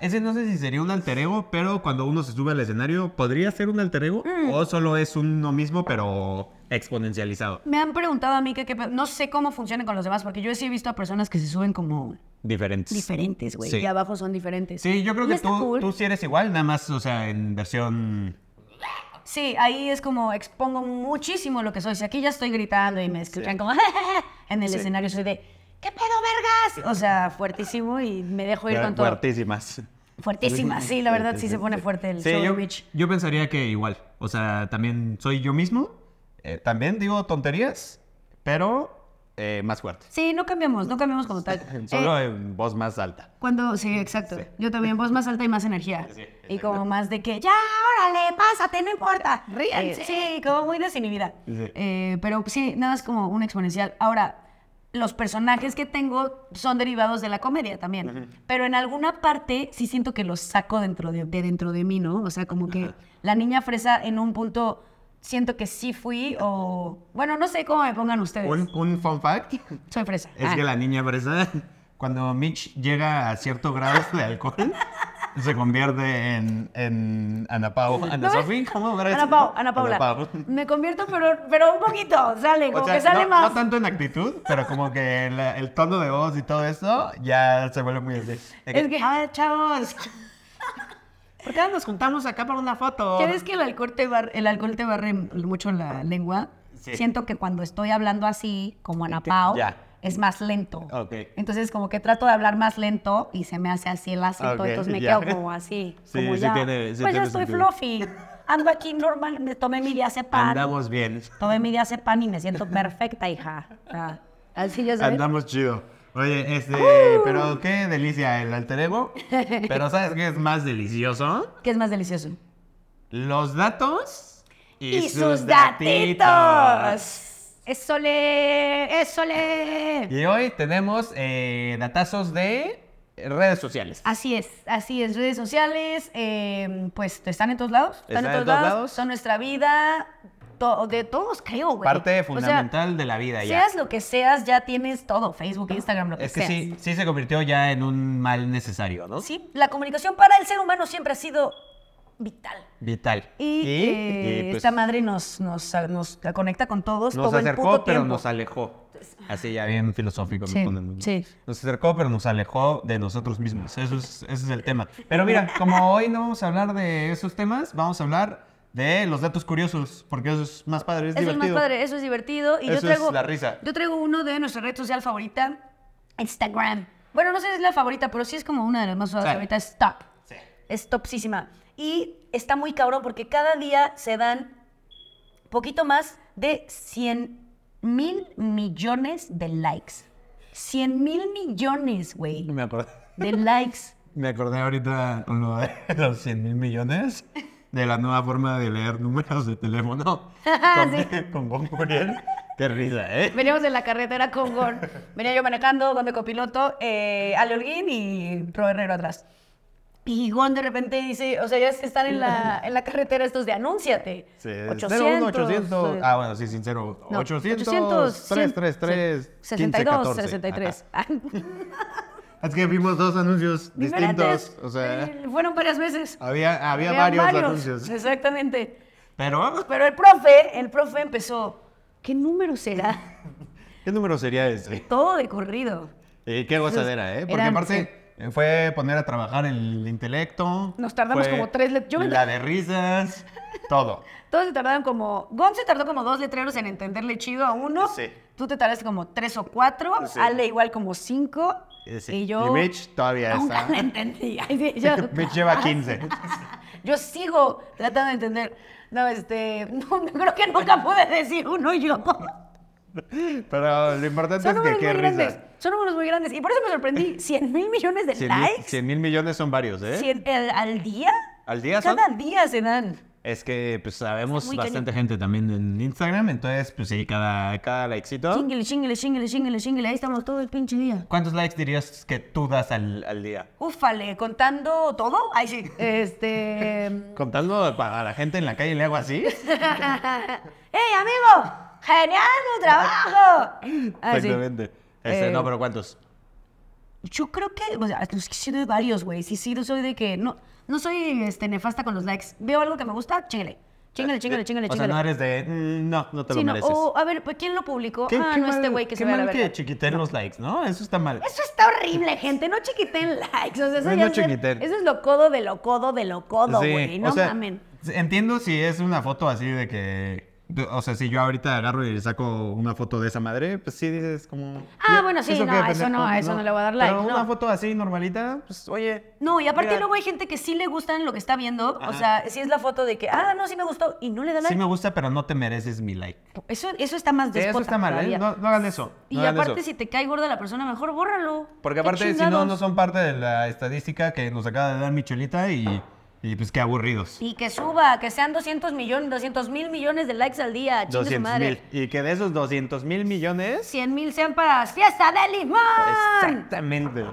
A: ese no sé si sería un alter ego, pero cuando uno se sube al escenario, ¿podría ser un alter ego?
B: Mm.
A: ¿O solo es uno mismo, pero exponencializado?
B: Me han preguntado a mí que, qué pe- no sé cómo funcionan con los demás, porque yo sí he visto a personas que se suben como
A: Diferentes.
B: diferentes, güey,
A: Sí.
B: y abajo son diferentes.
A: Sí, yo creo
B: Y
A: que
B: está
A: tú,
B: cool.
A: tú sí eres igual, nada más, o sea, en versión...
B: Sí, ahí es como expongo muchísimo lo que soy. Si aquí ya estoy gritando y me escuchan como en el escenario soy de ¿Qué pedo, vergas? O sea, fuertísimo y me dejo ir con todo.
A: Fuertísimas.
B: Fuertísima, sí, la verdad sí se pone fuerte el
A: Sí,
B: show de
A: yo,
B: Mitch.
A: yo pensaría que igual. O sea, también soy yo mismo. eh, también digo tonterías, pero eh, más fuerte.
B: Sí, no cambiamos, no cambiamos como tal.
A: Solo
B: Eh,
A: en voz más alta.
B: cuando, sí, exacto. Yo también, voz más alta y más energía.
A: Sí,
B: y como más de que, ya, órale, pásate, no importa. Ríanse. sí, como muy desinhibida.
A: Sí.
B: Eh, pero sí, nada es como un exponencial. Ahora, los personajes que tengo son derivados de la comedia también. Pero en alguna parte sí siento que los saco dentro de, de dentro de mí, ¿no? O sea, como que la niña fresa en un punto siento que sí fui o... Bueno, no sé cómo me pongan ustedes.
A: Un, un fun fact
B: Soy fresa.
A: es
B: Pues. Ah.
A: que la niña fresa, cuando Mitch llega a cierto grado de alcohol, se convierte en, en Ana Pau. Ana
B: No,
A: Sofi, ¿cómo era
B: Ana
A: eso?
B: Pau, Ana Paula.
A: Pau.
B: Me convierto, pero, pero un poquito, sale, como
A: O sea,
B: que sale
A: no,
B: más.
A: no tanto en actitud, pero como que la- el tono de voz y todo eso ya se vuelve muy así. De que,
B: Es que, ah, chavos,
C: ¿Por qué no nos juntamos acá para una
A: Oh.
C: foto?
B: ¿Quieres que el alcohol te barre, el alcohol te barre mucho la lengua?
A: Sí.
B: Siento que cuando estoy hablando así, como Ana Pau,
A: Ya.
B: es más lento.
A: Ok.
B: Entonces, como que trato de hablar más lento y se me hace así el acento,
A: Ok,
B: entonces me
A: ya.
B: quedo como así.
A: Sí,
B: como
A: sí
B: ya.
A: tiene- sí
B: pues ya
A: tiene
B: estoy
A: sentido.
B: fluffy. Ando aquí normal, me tomé mi día pan.
A: Andamos bien.
B: Tomé mi día pan y me siento perfecta, hija. Ah, Así ya sabes.
A: Andamos chido. Oye, este,
B: ¡Uh!
A: pero qué delicia el alter ego. Pero ¿sabes qué es más delicioso?
B: ¿Qué es más delicioso?
A: Los datos
B: ¡Esole! ¡Esole!
A: Y hoy tenemos eh, datazos de redes sociales.
B: Así es, así es. Redes sociales, eh, pues están en todos lados. Están en todos lados, Son nuestra vida. to- de todos, creo, güey.
A: Parte
B: O sea,
A: fundamental de la vida ya.
B: seas lo que seas, ya tienes todo. Facebook, Instagram, lo que,
A: Es que
B: seas.
A: sí, sí se convirtió ya en un mal necesario, ¿no?
B: Sí, la comunicación para el ser humano siempre ha sido vital.
A: Vital.
B: Y, eh,
A: eh, pues,
B: esta madre nos, nos, nos conecta con todos.
A: nos
B: todo el
A: acercó,
B: puto
A: pero
B: tiempo.
A: nos alejó. Así ya bien filosófico. me
B: Sí,
A: ponen.
B: sí.
A: Nos acercó, pero nos alejó de nosotros mismos. Eso es, ese es el tema. Pero mira, como hoy no vamos a hablar de esos temas, vamos a hablar de los datos curiosos, porque eso es más padre, es
B: Eso es
A: divertido.
B: más padre, eso es divertido. Y yo
A: Eso es
B: traigo,
A: la risa.
B: Yo traigo uno de nuestra red social favorita, Instagram. Bueno, no sé si es la favorita, pero sí es como una de las más usadas
A: Sí.
B: ahorita. Es top.
A: Sí.
B: Es topsísima. Y está muy cabrón porque cada día se dan poquito más de 100 mil millones de likes. 100 mil millones, güey,
A: Me acordé,
B: de likes.
A: me acordé ahorita con lo de los 100 mil millones de la nueva forma de leer números de teléfono con, con Bon Curiel. Qué risa, ¿eh?
B: Veníamos de la carretera con Gon. Venía yo manejando, Gon de copiloto, eh, Ale Holguín y Pro Herrero atrás. Y Gon de repente dice, o sea, ya están en la, en la carretera estos de anúnciate.
A: Sí,
B: 800.
A: 01 800.
B: eh,
A: Ah, bueno, sí, sincero.
B: no,
A: 800,
B: 100,
A: 333,
B: 62,
A: 15,
B: 63.
A: Ajá. Es que vimos dos anuncios
B: Diferentes.
A: distintos. O sea,
B: Eh, Fueron varias veces.
A: había, había
B: Habían
A: varios, anuncios.
B: Exactamente.
A: Pero,
B: Pero el profe, el profe empezó, ¿qué número será?
A: ¿qué número sería ese?
B: Todo de corrido.
A: Eh, qué gozadera, ¿eh? Porque
B: Eran,
A: aparte eh, fue poner a trabajar el intelecto.
B: Nos tardamos
A: fue
B: como tres let- yo me-
A: La de risas, todo.
B: Todos se tardaron como. Gon se tardó como dos letreros en entenderle chido a uno.
A: Sí.
B: Tú te tardaste como tres o cuatro.
A: Sí.
B: Ale igual como cinco.
A: Eh, sí.
B: Y yo.
A: Y Mitch todavía
B: nunca
A: está.
B: la entendí. Ay, sí, yo,
A: Mitch lleva 15.
B: yo sigo tratando de entender. No, este. No, creo que nunca pude decir uno y yo.
A: Pero lo importante
B: Son
A: es que
B: números
A: qué
B: muy grandes.
A: risas.
B: Son números muy grandes. Y por eso me sorprendí. 100 mil millones de
A: 100 mil,
B: likes.
A: 100 mil millones son varios, ¿eh?
B: Cien- al, al día?
A: ¿Al día son?
B: Cada día se dan.
A: Es que pues
B: Está
A: sabemos
B: muy
A: bastante gente también en Instagram, entonces pues sí, cada, cada likecito.
B: Chingle, chingle, chingle, chingle, chingle. Ahí estamos todo el pinche día.
A: ¿Cuántos likes dirías que tú das al, al día?
B: Ufale, contando todo. Ay, sí. Este. ¡Ey,
A: Contando para la gente en la calle le hago así.
B: amigo! ¡Genial tu trabajo! Ah, sí.
A: Exactamente. Este,
B: Eh,
A: no, pero ¿cuántos?
B: Yo creo que. O sea, es que sí doy varios, güey. Sí, sí, soy de que. No, no soy este, nefasta con los likes. Veo algo que me gusta, chingale. Chingale, chingale, chingale,
A: Eh, O sea,
B: chingale.
A: no eres de, "Mm, no, no te lo
B: Sí, no,
A: mereces.
B: o, a ver, pues, ¿quién lo publicó?
A: Qué-
B: ah,
A: qué
B: no, este
A: mal-
B: güey que se
A: qué
B: ve a la
A: mal que
B: verga.
A: chiquiten los likes, ¿no? Eso está mal.
B: Eso está horrible, gente. No chiquiten likes. O sea, eso,
A: No, no
B: ya es de-
A: chiquiten.
B: eso es lo codo de lo codo de lo codo,
A: Sí,
B: güey.
A: o
B: No
A: sea,
B: mamen.
A: Entiendo si es una foto así de que tú- o sea, si yo ahorita agarro y le saco una foto de esa madre, pues sí dices como...
B: Ah,
A: "Ya,
B: bueno, sí, no,
A: qué,
B: a eso
A: pendejo?".
B: no, a eso no le voy a dar like,
A: Pero
B: no.
A: una foto así normalita, pues oye...
B: No, y aparte
A: mira,
B: luego hay gente que sí le gustan lo que está viendo. O
A: Ajá.
B: sea, si es la foto de que, ah, no, sí me gustó y no le da
A: Sí
B: like.
A: me gusta, pero no te mereces mi like.
B: eso, eso está más
A: Sí,
B: despota
A: eso está mal, ¿eh?
B: todavía.
A: No, no hagan eso.
B: Y
A: no hagan
B: aparte,
A: eso.
B: si te cae gorda la persona, mejor bórralo.
A: Porque
B: Qué
A: aparte, si no,
B: chingados.
A: no son parte de la estadística que nos acaba de dar Michelita y, y pues qué aburridos.
B: Y que suba, que sean 200 millones, 200 mil millones de likes al día. Chingue su
A: 200
B: madre.
A: mil. Y que de esos 200 mil millones...
B: 100 mil sean para fiesta de limón.
A: Exactamente.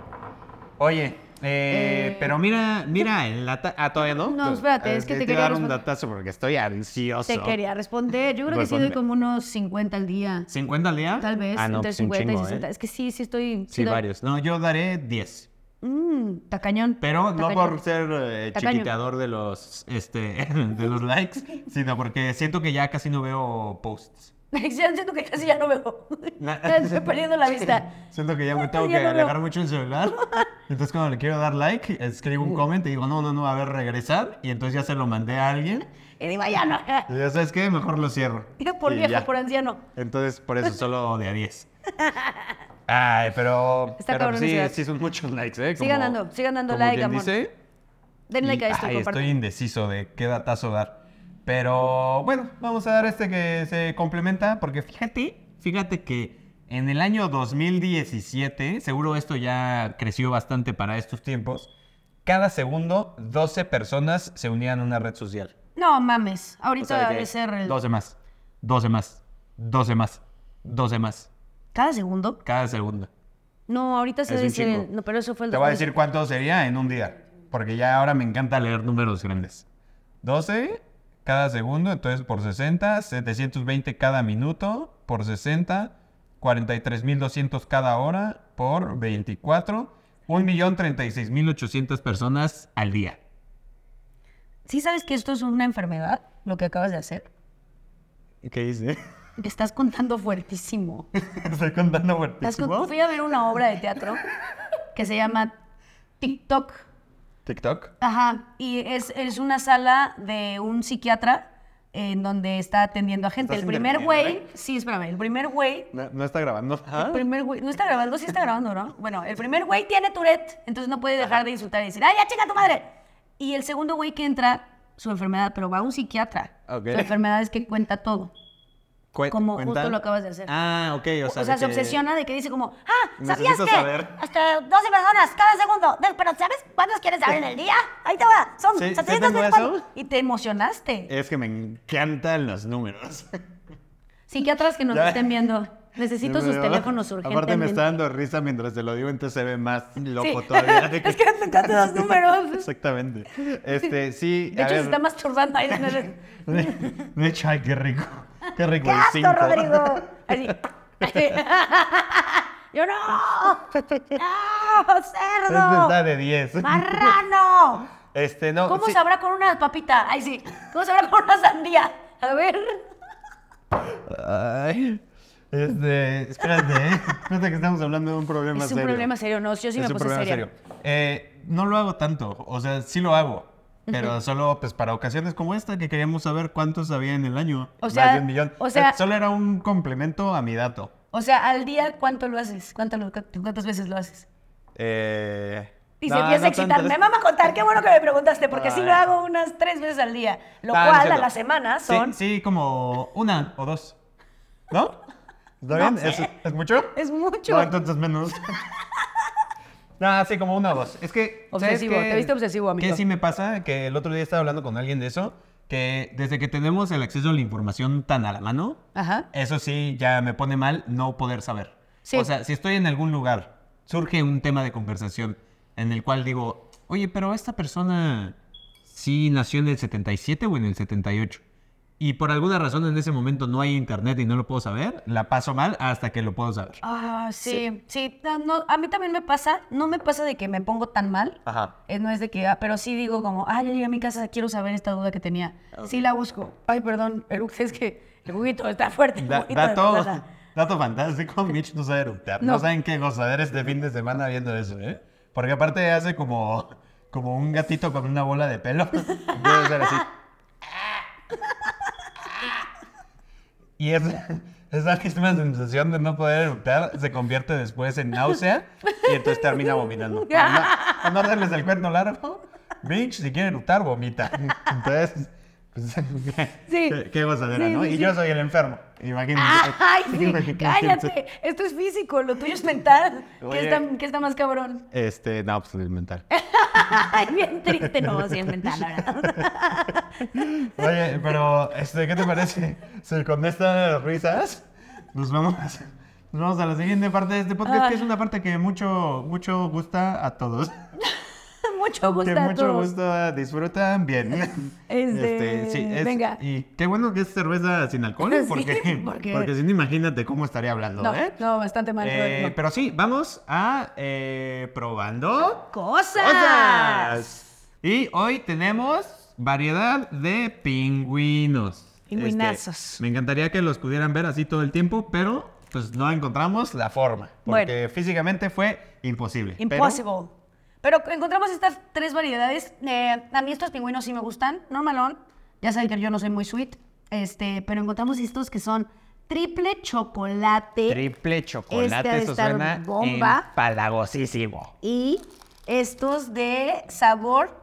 A: Oye, eh, pero mira, mira, el data... Ah, todavía no.
B: No, espérate,
A: Eh,
B: es que
A: iba
B: te
A: a
B: quería
A: dar un
B: responder.
A: datazo porque estoy ansioso.
B: Te quería responder. Yo creo que sí doy
A: Respóndeme.
B: como unos 50 al día.
A: 50 al día?
B: Tal vez,
A: Ah, no,
B: entre
A: pues un
B: 50
A: chingo,
B: y
A: ¿eh?
B: 60. Es que sí, sí estoy.
A: Sí,
B: doy-
A: varios. No, yo daré 10.
B: Mm, tacañón.
A: Pero no
B: tacañón.
A: por ser eh,
B: Tacaño.
A: chiquiteador de los, este, de los likes, sino porque siento que ya casi no veo posts.
B: Ya siento que casi ya no veo.
A: Na-
B: Ya Estoy perdiendo la vista.
A: Siento que ya me tengo
B: Ya
A: que
B: no veo.
A: alejar mucho el celular. Entonces cuando le quiero dar like, escribo un comment y digo, no, no, no, a ver, regresar. Y entonces ya se lo mandé a alguien.
B: Y digo, ya no.
A: Y ya sabes qué, mejor lo cierro.
B: Mira, por
A: Y
B: viejo,
A: ya.
B: por anciano.
A: Entonces, por eso solo de a 10. Ay, pero,
B: Está
A: pero
B: cabrón
A: sí,
B: esa edad.
A: sí son muchos likes, ¿eh?
B: Sigan dando, sigan dando
A: como
B: like,
A: quien
B: amor.
A: dice.
B: Den like a
A: Y-
B: este esto y
A: ay,
B: comparte.
A: estoy indeciso de qué datazo dar. Pero bueno, vamos a dar este que se complementa porque fíjate, fíjate que en el año 2017, seguro esto ya creció bastante para estos tiempos, cada segundo 12 personas se unían a una red social.
B: No mames.
A: O
B: Ahorita
A: sea, de que
B: debe ser el-
A: 12 más, 12 más, 12 más, 12 más,
B: ¿Cada segundo?
A: cada segundo.
B: No, ahorita se
A: Es
B: debe
A: un
B: ser el-
A: chingo.
B: No, pero eso fue el
A: Te voy a
B: 2000.
A: decir cuánto sería en un día, porque ya ahora me encanta leer números grandes. 12 cada segundo, entonces por 60, 720 cada minuto, por 60, 43.200 cada hora, por 24, 1.036.800 personas al día.
B: ¿Sí sabes que esto es una enfermedad? Lo que acabas de hacer.
A: ¿Qué hice?
B: Que estás contando fuertísimo.
A: Estoy contando
B: Estás con-
A: fuertísimo.
B: Fui a ver una obra de teatro que se llama TikTok.
A: TikTok.
B: Ajá. Y es, es una sala de un psiquiatra en donde está atendiendo a gente.
A: Estás
B: el primer
A: interviniendo,
B: güey. Sí, espérame. El primer güey.
A: No, no está grabando.
B: El primer güey. No está grabando, sí está grabando, ¿no? Bueno, el primer güey tiene Tourette, entonces no puede dejar de insultar y decir, ¡ay, ya chica tu madre! Y el segundo güey que entra, su enfermedad, pero va a un psiquiatra.
A: Ok.
B: Su enfermedad es que cuenta todo.
A: Cue-
B: Como
A: cuenta.
B: justo lo acabas de hacer.
A: Ah, ok. O sea,
B: O sea,
A: de que-
B: se obsesiona de que dice como, ah, ¿sabías
A: Necesito
B: que?
A: saber.
B: Hasta 12 personas cada segundo. De- Pero ¿sabes cuántos quieres saber en el día? Ahí te va. Son
A: Sí, sí
B: 700
A: tengo
B: cuan-".
A: eso.
B: Y te emocionaste.
A: Es que me encantan los números.
B: Psiquiatras que nos
A: Ya.
B: estén viendo, necesito
A: Sí,
B: sus
A: pero
B: teléfonos urgentemente.
A: Aparte me está dando risa mientras te lo digo, entonces se ve más loco
B: Sí.
A: todavía. de
B: es que me encantan los números.
A: Exactamente. Este, sí.
B: De
A: a
B: hecho, se
A: ver.
B: está masturbando ahí. en el-
A: De, de hecho, ay, qué rico. Qué rico
B: ¡Qué
A: el
B: asco,
A: cinco.
B: Rodrigo! Así. Yo no. ¡No,
A: Este está
B: cerdo!
A: de 10.
B: ¡Marrano!
A: Este, no.
B: ¿Cómo
A: sí.
B: sabrá con una papita? Ay, sí. ¿Cómo sabrá con una sandía? A ver.
A: Ay. Este, espérate, ¿eh? Espérate que estamos hablando de un problema
B: Es un
A: serio.
B: problema serio, no. Yo
A: es
B: sí me
A: un
B: puse
A: problema
B: seria.
A: serio. Eh, no lo hago tanto, o sea, sí lo hago, pero solo pues para ocasiones como esta que queríamos saber cuántos había en el año.
B: O
A: Más
B: sea,
A: de un millón.
B: o sea-
A: Eh, solo era un complemento a mi dato.
B: O sea, al día, ¿cuánto lo haces? ¿Cuánto lo- ¿Cuántas veces lo haces?
A: Eh,
B: Y
A: no,
B: se empieza
A: no
B: a excitar.
A: tanto.
B: Me mama contar, qué bueno que me preguntaste, porque sí lo
A: Ay.
B: hago unas tres veces al día. Lo
A: No, no es
B: cual a
A: cierto.
B: la semana
A: Sí,
B: son.
A: Sí, como una o dos. ¿No? ¿Está
B: No
A: bien?
B: sé.
A: ¿Es, es mucho?
B: Es mucho.
A: No, entonces menos. no, sí, como una o dos. Es que. ¿sabes
B: Obsesivo,
A: qué?
B: te viste obsesivo, amigo.
A: Que sí me pasa que el otro día estaba hablando con alguien de eso, que desde que tenemos el acceso a la información tan a la mano,
B: Ajá.
A: eso sí ya me pone mal no poder saber.
B: Sí.
A: O sea, si estoy en algún lugar, surge un tema de conversación en el cual digo, oye, pero esta persona sí nació en el 77 o en el 78. Y por alguna razón en ese momento no hay internet y no lo puedo saber, la paso mal hasta que lo puedo saber.
B: Ah, sí, sí. no, no, a mí también me pasa, no me pasa de que me pongo tan mal.
A: Ajá.
B: eh, No es de que, ah, pero sí digo como, ah, ya llegué a mi casa, quiero saber esta duda que tenía. Sí la busco. Ay, perdón, pero es que el juguito está fuerte. el
A: Da-
B: juguito de
A: dato,
B: manzana.
A: dato fantástico, Mitch no sabe eructar. No.
B: No.
A: saben qué gozadera este fin de semana viendo eso, ¿eh? Porque aparte hace como, como un gatito con una bola de pelo. Debe ser así. Y es, esa misma sensación de no poder eructar se convierte después en náusea y entonces termina vomitando. Para no- para no darles el cuerno largo, bitch, si quiere eructar, vomita. Entonces, pues,
B: Sí.
A: qué, qué gozadera,
B: Sí,
A: ¿no?
B: sí,
A: Y
B: sí.
A: yo soy el enfermo, imagínense.
B: Ay, sí,
A: Imagínense.
B: cállate. Esto es físico, lo tuyo es mental. ¿Qué
A: Oye.
B: está, qué está más cabrón?
A: Este, no, pues el mental.
B: Ay, bien triste, no, sí es mental, la verdad.
A: Oye, pero, este, ¿qué te parece si con estas risas nos vamos, nos vamos a la siguiente parte de este podcast, que es una parte que mucho, mucho gusta a todos?
B: Mucho gusto
A: Que
B: a
A: mucho
B: todos.
A: gusto, disfrutan bien.
B: Este, venga.
A: Y qué bueno que es cerveza sin alcohol,
B: Sí,
A: porque,
B: porque-
A: porque... si no, imagínate cómo estaría hablando,
B: No,
A: ¿eh?
B: no, bastante mal.
A: Eh,
B: no.
A: Pero sí, vamos a eh, probando
B: ¡Cosas!
A: cosas. Y hoy tenemos variedad de pingüinos.
B: Pingüinazos.
A: Este, me encantaría que los pudieran ver así todo el tiempo, pero pues no encontramos la forma. Porque físicamente fue imposible. pero-
B: Impossible. Pero... encontramos estas tres variedades. Eh, a mí estos pingüinos sí me gustan. Normalón. Ya saben que yo no soy muy sweet. Este, pero encontramos estos que son triple chocolate.
A: Triple
B: Este ha de
A: chocolate, eso
B: estar
A: suena
B: bomba.
A: empalagosísimo.
B: y estos de sabor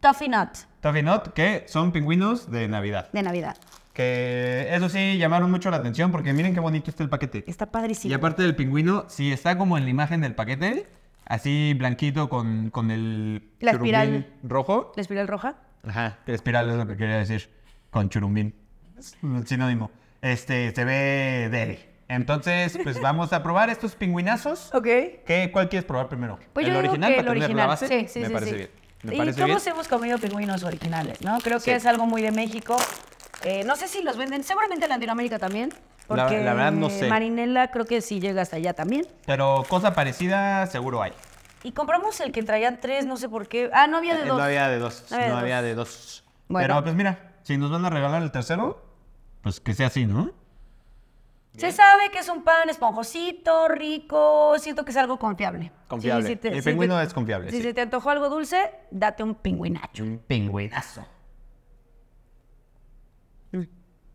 B: Toffee Nut
A: Toffee Nut, que son pingüinos de Navidad.
B: de Navidad.
A: Que eso sí llamaron mucho la atención porque miren qué bonito está el paquete.
B: Está
A: Y
B: padrísimo.
A: aparte del pingüino, si está como en la imagen del paquete, así blanquito con, con el
B: La espiral.
A: churumbín rojo.
B: ¿La espiral roja?
A: Ajá, espiral es lo que quería decir, con churumbín. Es un sinónimo. Este, se ve deli. Entonces, pues vamos a probar estos pingüinazos.
B: Ok.
A: ¿Qué, ¿Cuál quieres probar primero?
B: Pues
A: ¿El
B: yo digo
A: original
B: que
A: para
B: el
A: tener
B: original.
A: la base?
B: Sí, sí,
A: Me
B: sí,
A: parece
B: sí.
A: bien. Me
B: y
A: parece bien.
B: todos hemos comido pingüinos originales, ¿no? Creo que
A: Sí.
B: es algo muy de México. Eh, no sé si los venden, seguramente en Latinoamérica también.
A: La-
B: Porque
A: la verdad no sé.
B: Marinela creo que sí llega hasta allá también.
A: Pero cosa parecida seguro hay.
B: Y compramos el que traían tres, no sé por qué. Ah, no había de
A: Eh,
B: dos.
A: No había de dos.
B: No
A: No
B: había
A: había,
B: de dos.
A: de dos.
B: Bueno.
A: Pero pues mira, si nos van a regalar el tercero, pues que sea así, ¿no?
B: Se sabe que es un pan esponjosito, rico. Siento que es algo confiable.
A: Confiable. El pingüino es confiable,
B: Si
A: sí.
B: se te antojó algo dulce, date un pingüinacho.
A: Un pingüinazo.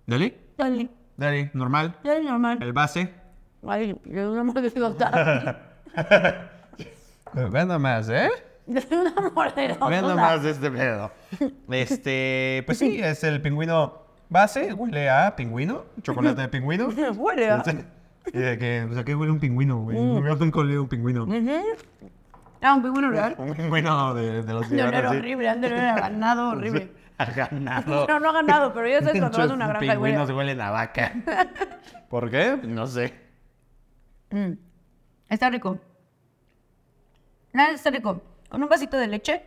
A: Dale.
B: Dale,
A: Dale, normal.
B: dale normal.
A: El base.
B: Ay, yo no me gusta.
A: Vendo más, ¿eh?
B: Una mordedota.
A: Vendo más de este pedo. Este, pues sí, es el pingüino base. Huele a pingüino. Chocolate de pingüino.
B: Huele a- Mm.
A: Este, eh, que, o sea, que huele un pingüino, güey. Me hace un coleo un pingüino.
B: Ah, un pingüino real.
A: Un pingüino de, de los
B: No, no,
A: cigarros,
B: era
A: sí.
B: horrible, antes no era ganado, horrible.
A: Ha ganado.
B: No, no ha ganado, pero ya sabes cuando vas a una
A: Muchos
B: granja y huele.
A: Pingüinos huelen a vaca. ¿Por qué? No sé.
B: Mm. Está rico. Nada, está rico. Con un vasito de leche,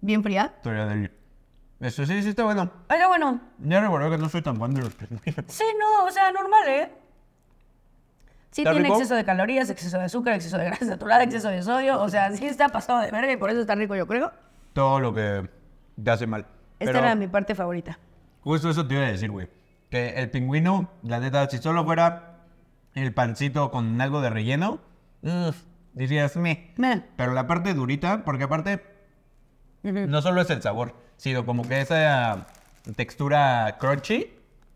B: bien fría.
A: Historia del... Eso sí, sí está bueno.
B: Oiga, bueno.
A: Ya recuerdo que no soy tan bueno de los pingüinos.
B: Sí, no, o sea, normal, ¿eh? Sí
A: ¿Está
B: tiene
A: rico?
B: exceso de calorías, exceso de azúcar, exceso de grasa saturada, exceso de sodio. O sea, sí está pasado de verga y por eso está rico, yo creo.
A: Todo lo que te hace mal.
B: Esta
A: Pero
B: Este era mi parte favorita.
A: Justo eso te iba a decir, güey. Que el pingüino, la neta, si solo fuera el pancito con algo de relleno, uf, dirías me.
B: Meh.
A: Pero la parte durita, porque aparte
B: Ujú.
A: no solo es el sabor, sino como que esa textura crunchy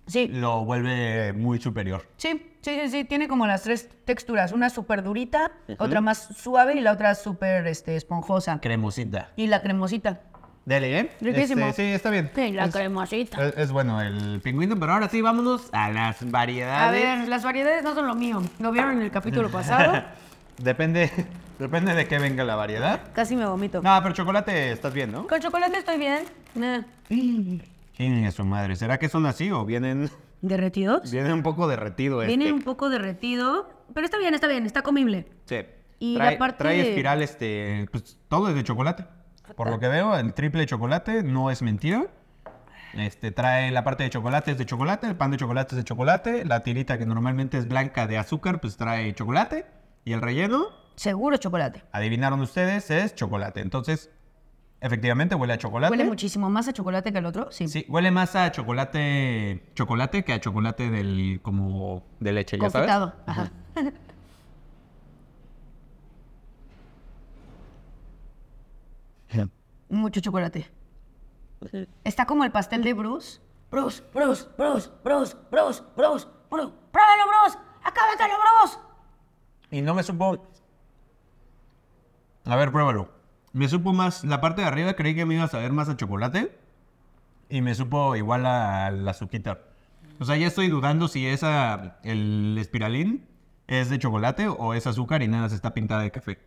B: Sí.
A: lo vuelve muy superior.
B: Sí, sí, sí, sí, tiene como las tres texturas, una súper durita, otra más suave y la otra súper este, esponjosa.
A: Cremosita.
B: Y la cremosita.
A: Dele, ¿eh?
B: Riquísimo.
A: Este, sí, está bien.
B: Sí, la
A: es,
B: cremosita.
A: es- es bueno el pingüino, pero ahora sí, vámonos a las
B: A
A: variedades.
B: ver, las variedades no son lo mío. Lo vieron en el capítulo pasado.
A: Depende, depende de qué venga la variedad.
B: Casi me vomito.
A: No, pero chocolate estás bien, ¿no?
B: Con chocolate estoy bien. Eh,
A: Chingue su madre. ¿Será que son así o vienen,
B: ¿Derretidos?
A: vienen un poco derretido este?
B: Viene un poco derretido, pero está bien, está bien, está comible.
A: Sí.
B: Y la
A: trae,
B: parte
A: trae
B: de-
A: espiral, este, pues todo es de chocolate. Por lo que veo, el triple chocolate no es mentira. Este, trae la parte de chocolate es de chocolate, el pan de chocolate es de chocolate, la tirita que normalmente es blanca de azúcar, pues trae chocolate. Y el relleno,
B: Seguro es chocolate.
A: adivinaron ustedes, es chocolate. Entonces, efectivamente huele a chocolate.
B: Huele muchísimo más a chocolate que el otro. Sí.
A: Sí, huele más a chocolate, chocolate que a chocolate del, como, de leche, ya sabes.
B: Confitado. Ajá. Mucho chocolate. Está como el pastel de Bruce, Bros, bros, bros, bros, bros, bros, bros. ¡Pruébalo, bros! ¡Acábatelo, bros!
A: Y no me supo. A ver, pruébalo. Me supo más. La parte de arriba creí que me iba a saber más a chocolate. Y me supo igual a la azuquita. O sea, ya estoy dudando si esa. El espiralín es de chocolate o es azúcar y nada más está pintada de café.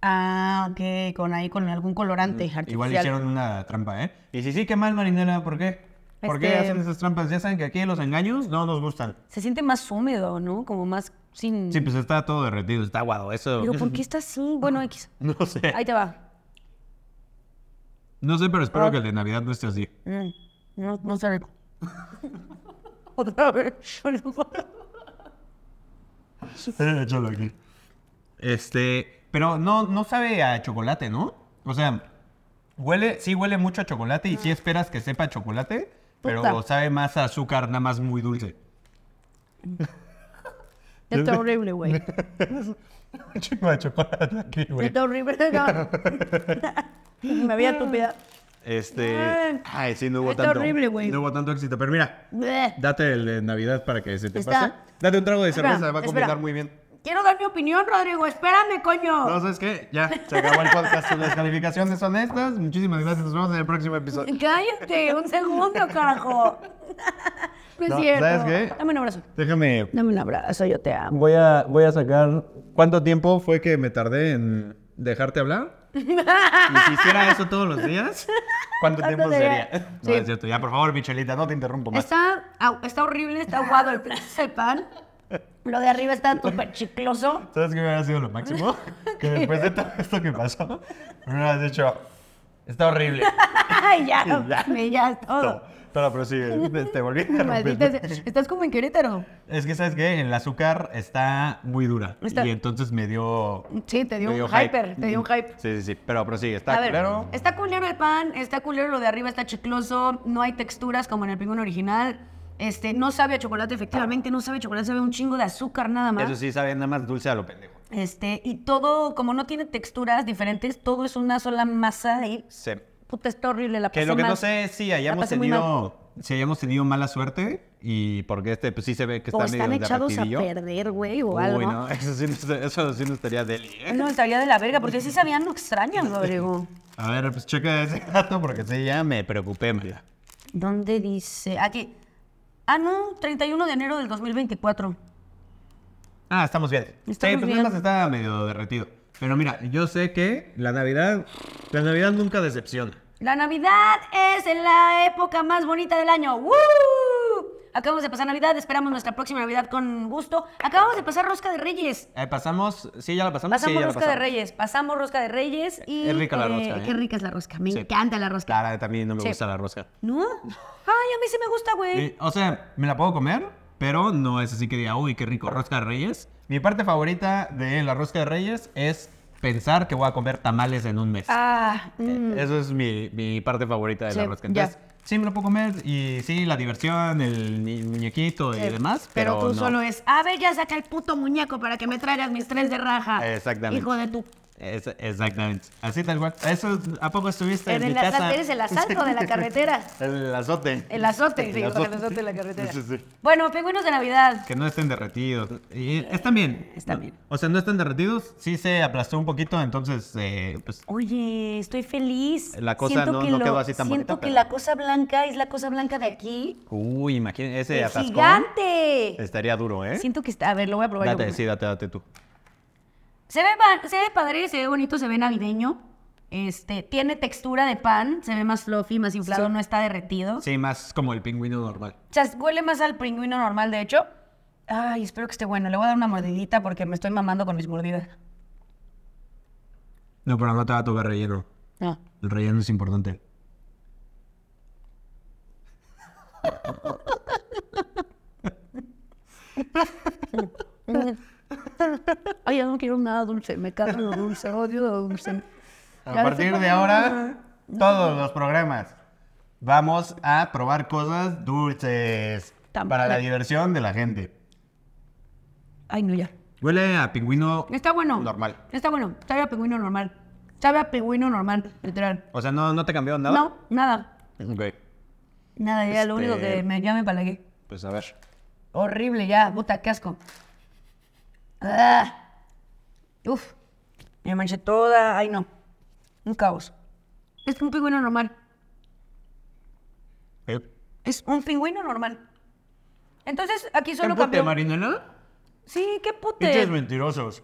B: Ah, ok, con ahí, con algún colorante artificial.
A: Igual hicieron una trampa, ¿eh? Y si sí, qué mal, Marinela, ¿por qué? ¿Por qué
B: Este-
A: hacen esas trampas? Ya saben que aquí los engaños no nos gustan.
B: Se siente más húmedo, ¿no? Como más sin...
A: Sí, pues está todo derretido, está aguado. Eso.
B: Digo,
A: eso-
B: ¿por qué está así? Bueno, X.
A: No sé.
B: Ahí te va.
A: No sé, pero espero que el de Navidad no esté así.
B: Mm, No, no se rico. Otra vez.
A: Échalo aquí. Este. Pero no, no sabe a chocolate, ¿no? O sea, huele, sí huele mucho a chocolate y sí esperas que sepa a chocolate, pero
B: Puta.
A: sabe más a azúcar, nada más muy dulce.
B: Está horrible, güey.
A: Un chico de chocolate aquí,
B: Está horrible. no. Me había tupida.
A: Este. Ay, sí, no hubo
B: Ah. Está
A: tanto.
B: horrible, güey.
A: No hubo tanto éxito. Pero mira, date el de Navidad para que se te
B: Está-
A: pase. Date un trago de
B: Espera,
A: cerveza, va a combinar
B: espera.
A: muy bien.
B: Quiero dar mi opinión, Rodrigo. Espérame, coño.
A: No, ¿sabes qué? Ya, se acabó el podcast. Las calificaciones son estas. Muchísimas gracias. Nos vemos en el próximo episodio.
B: Cállate, un segundo, carajo. No es
A: No,
B: cierto.
A: ¿sabes qué?
B: Dame un abrazo.
A: Déjame.
B: Dame un abrazo, yo te amo.
A: Voy a, voy a sacar. ¿Cuánto tiempo fue que me tardé en dejarte hablar? Y si hiciera eso todos los días, ¿cuánto tiempo
B: sería?
A: sería? No,
B: Sí.
A: es cierto. Ya, por favor, Michelita, no te interrumpo más.
B: Está, au- está horrible, está aguado el, plan, el pan. Lo de arriba está súper chicloso.
A: ¿Sabes qué hubiera sido lo máximo? Que después de todo esto que pasó, me hubieras dicho, está horrible.
B: Ay, ya,
A: Ya.
B: me ya es todo.
A: Pero, pero sí, te- te volví a
B: Maldita
A: interrumpir.
B: sea. Estás como en Querétaro.
A: Es que, ¿sabes qué? El azúcar está muy dura.
B: Está-
A: Y entonces me dio...
B: Sí, te dio
A: me
B: un hyper, te dio un hype.
A: Sí, sí, sí. Pero prosigue, está
B: A ver,
A: claro.
B: está culero el pan, está culero lo de arriba, está chicloso, no hay texturas como en el pingüino original. Este, no sabe a chocolate, efectivamente, no sabe a chocolate, sabe a un chingo de azúcar nada más.
A: Eso sí, sabe nada más dulce a lo pendejo.
B: Este, y todo, como no tiene texturas diferentes, todo es una sola masa y
A: Sí.
B: puta, está horrible la
A: Que
B: pasé
A: lo que
B: mal.
A: no sé es si hayamos
B: pasé muy
A: tenido... Si hayamos tenido mala suerte y porque este pues sí se ve que está
B: O
A: medio
B: están echados a
A: derretidillo.
B: perder, güey, o
A: Uy,
B: algo.
A: no, eso sí, no- eso sí no estaría deli, ¿eh?
B: No, estaría de la verga, porque sí sabían lo extraño, Rodrigo.
A: A ver, pues checa ese dato porque sí, ya me preocupé, María.
B: ¿Dónde dice? Aquí. Ah, no, 31 de enero del 2024.
A: Ah, estamos bien.
B: Estamos
A: sí, pues
B: bien.
A: nada más está medio derretido. Pero mira, yo sé que la Navidad, la Navidad nunca decepciona.
B: La Navidad es la época más bonita del año. ¡Woo! Acabamos de pasar Navidad, esperamos nuestra próxima Navidad con gusto. Acabamos de pasar Rosca de Reyes.
A: Eh, pasamos, sí, ya la pasamos.
B: Pasamos
A: sí, ya la
B: Rosca de
A: pasamos.
B: Reyes, pasamos Rosca de Reyes y...
A: Es rica la rosca, ¿eh?
B: Qué rica es la rosca, me
A: Sí.
B: encanta la rosca.
A: Pues Claro, también no me
B: Sí.
A: gusta la rosca.
B: ¿No? Ay, a mí sí me gusta, güey.
A: Eh, o sea, me la puedo comer, pero no es así que diga, uy, qué rico, rosca de reyes. Mi parte favorita de la rosca de reyes es pensar que voy a comer tamales en un mes.
B: Ah, mm.
A: Eso es mi, mi parte favorita de
B: Sí,
A: la rosca.
B: ya.
A: Entonces, sí me lo puedo comer y sí, la diversión, el ni- muñequito y
B: Sí,
A: demás, pero,
B: Eh, Pero, tú
A: no.
B: solo es, a ver, ya saca el puto muñeco para que me traigas mis tres de raja.
A: Exactamente.
B: Hijo de tu...
A: Es- exactamente. Así tal cual. Eso, es- ¿A poco estuviste en,
B: En
A: mi
B: el
A: casa?
B: asalto, eres el asalto de la carretera.
A: El azote.
B: El azote, digo, el azote de la carretera. Bueno, pingüinos de Navidad.
A: Que no estén derretidos. Y están bien.
B: Están bien.
A: O sea, no están derretidos. Sí se aplastó un poquito, entonces, eh, pues...
B: Oye, estoy feliz.
A: La cosa no- no quedó así tan bonita,
B: Siento que
A: pero-
B: la cosa blanca es la cosa blanca de aquí.
A: Uy, imagínate, ese
B: ¡El
A: atascón
B: gigante!
A: estaría duro, ¿eh?
B: Siento que está. A ver, lo voy a probar. yo
A: Date,
B: primero.
A: sí, date, date tú.
B: se, ve, pa- se ve padre, se ve bonito, se ve navideño. Este, tiene textura de pan, se ve más fluffy, más inflado, no está derretido.
A: Sí, más como el pingüino normal.
B: O sea, huele más al pingüino normal, de hecho. Ay, espero que esté bueno. Le voy a dar una mordidita porque me estoy mamando con mis mordidas.
A: No, pero no te va a tocar relleno.
B: No.
A: El relleno es importante.
B: Ay, ya no quiero nada dulce. Me cago en lo dulce. Odio lo dulce.
A: A
B: Ya no
A: partir
B: tengo
A: de
B: nada.
A: ahora, todos los programas vamos a probar cosas dulces
B: Tam-
A: para la diversión de la gente.
B: Ay, no, ya.
A: Huele a pingüino.
B: Está bueno.
A: Normal.
B: Está bueno. Sabe a pingüino normal. Sabe a pingüino normal, literal.
A: O sea, no, no te cambió nada.
B: No, nada.
A: Ok.
B: Nada, ya lo único
D: Este-
B: que me llame para aquí.
D: Pues a ver.
B: Horrible ya, puta, qué asco. Ah. Uf, me manché toda. Ay, no. Un caos. Es un pingüino normal.
A: ¿Eh?
B: Es un pingüino normal. Entonces, aquí solo cambió.
A: Marinela?
B: Sí, qué pute.
D: Pinches mentirosos.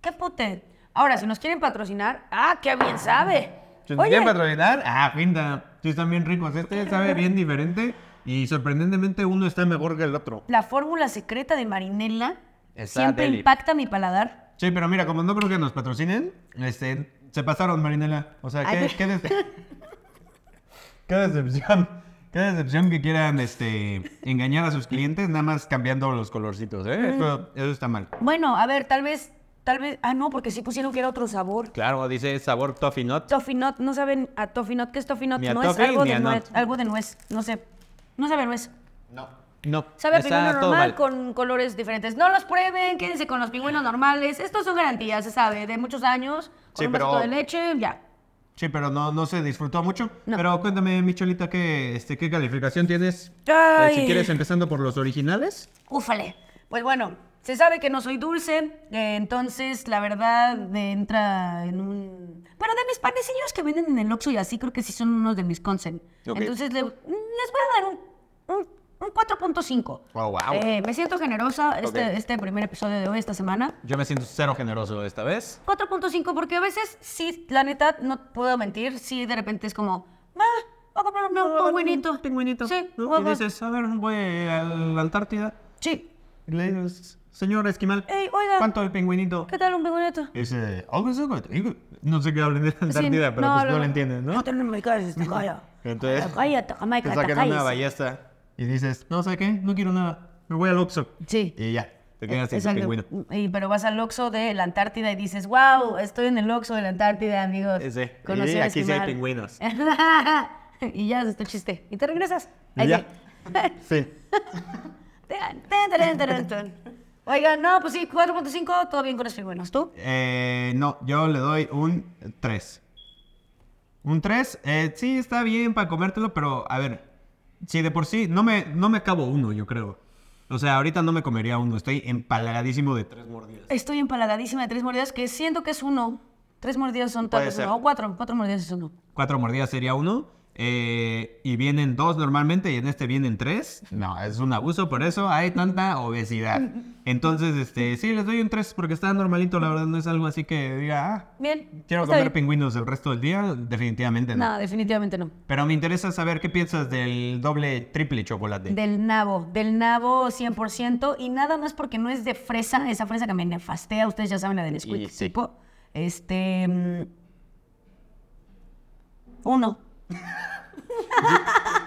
B: Qué pute. Ahora, si nos quieren patrocinar, ah, qué bien sabe.
A: Si nos
B: Oye,
A: quieren patrocinar, ah, pinta. Sí, están bien ricos. Este sabe bien diferente y sorprendentemente uno está mejor que el otro.
B: la fórmula secreta de marinela
D: Está
B: siempre
D: deli.
B: impacta mi paladar.
A: Sí, pero mira, como no creo que nos patrocinen, este, se pasaron, Marinela. O sea,
B: Ay,
A: qué, qué, des- qué decepción. Qué decepción que quieran este, engañar a sus clientes nada más cambiando los colorcitos, ¿eh? Eso, eso está mal.
B: Bueno, a ver, tal vez, tal vez, ah, no, porque sí pusieron que era otro sabor.
D: Claro, dice sabor toffee nut.
B: Toffee Nut, no saben a Toffee Nut, ¿qué es Toffee Nut?
D: Ni a
B: no es
D: toffee
B: algo
D: ni
B: de,
D: a
B: nuez,
D: nut.
B: algo de nuez, no sé. No sabe a nuez.
D: No,
B: Sabe a
D: está
B: pingüino
D: todo
B: normal
D: mal.
B: con colores diferentes. No los prueben, quédense con los pingüinos normales. Estos son garantías, se sabe, de muchos años. Con
D: Sí,
B: un
D: pero-
B: vasito de leche, ya.
A: Sí, pero no, no se disfrutó mucho.
B: No.
A: Pero cuéntame, Michelita, ¿qué, este, ¿qué calificación tienes? Eh,
B: Ay.
A: si quieres, empezando por los originales.
B: Úfale. Pues bueno, se sabe que no soy dulce, eh, entonces la verdad eh, entra en un... Pero de mis panecillos que venden en el Oxxo y así, creo que sí son unos de mis consen.
D: Ok.
B: Entonces le- les voy a dar un, un- un 4.5.
D: Oh, wow.
B: Eh, me siento generosa este,
D: Ok.
B: este primer episodio de hoy, esta semana.
D: Yo me siento cero generoso esta vez.
B: 4.5, porque a veces sí, la neta, no puedo mentir, sí de repente es como, ah, voy a comprar un pingüinito. Sí, voy a-
A: Y dices, a ver, voy a la Antártida.
B: sí.
A: Y le dices, señor Esquimal,
B: Ey, oiga,
A: ¿cuánto el pingüinito?
B: ¿qué tal un pingüinito?
A: Ese, algo es algo. No sé qué hablen de la
B: Sí,
A: Antártida, pero pues no, lo entienden, ¿no?
B: te me calles, te callas.
D: Entonces,
B: Te callas, te callas,
D: te
B: te
D: sacan
B: callas.
D: una ballesta.
A: Y dices, no sé qué, no quiero nada. Me voy al Oxxo.
B: Sí.
A: Y ya.
D: Te quedas sin
B: Exacto.
D: pingüino.
B: Y, pero vas al Oxxo de la Antártida y dices, wow, estoy en el Oxxo de la Antártida, amigos.
D: Ese.
B: Conocí
D: Y
B: a
D: aquí sí hay
B: Esquimal".
D: pingüinos.
B: y ya, es tu chiste. Y te regresas.
D: Y
B: Ahí
D: ya.
B: sí.
D: Sí.
B: Tan, tan, tan, tan, tan. Oigan, no, pues sí, 4.5, todo bien con los pingüinos. ¿Tú?
A: Eh, no, yo le doy un 3. Un 3, eh, sí, está bien para comértelo, pero a ver, si de por sí, no me, no me acabo uno, yo creo. O sea, ahorita no me comería uno, estoy empalagadísimo de tres mordidas.
B: Estoy empalagadísima de tres mordidas, que siento que es uno. Tres mordidas son
D: Puede
B: tal vez
D: ser.
B: uno. O cuatro, cuatro mordidas es uno.
A: Cuatro mordidas sería uno, eh, y vienen dos normalmente, y en este vienen tres. No, es un abuso, por eso hay tanta obesidad. Entonces, este, sí, les doy un 3 porque está normalito, la verdad, no es algo así que diga, ah,
B: Bien.
A: quiero
B: está
A: comer
B: bien.
A: pingüinos el resto del día, definitivamente no.
B: No, definitivamente no.
A: Pero me interesa saber qué piensas del doble, triple chocolate.
B: Del nabo, del nabo 100% y nada más porque no es de fresa, esa fresa que me nefastea, ustedes ya saben la del squid
D: Y sí.
B: tipo. Este mm, uno.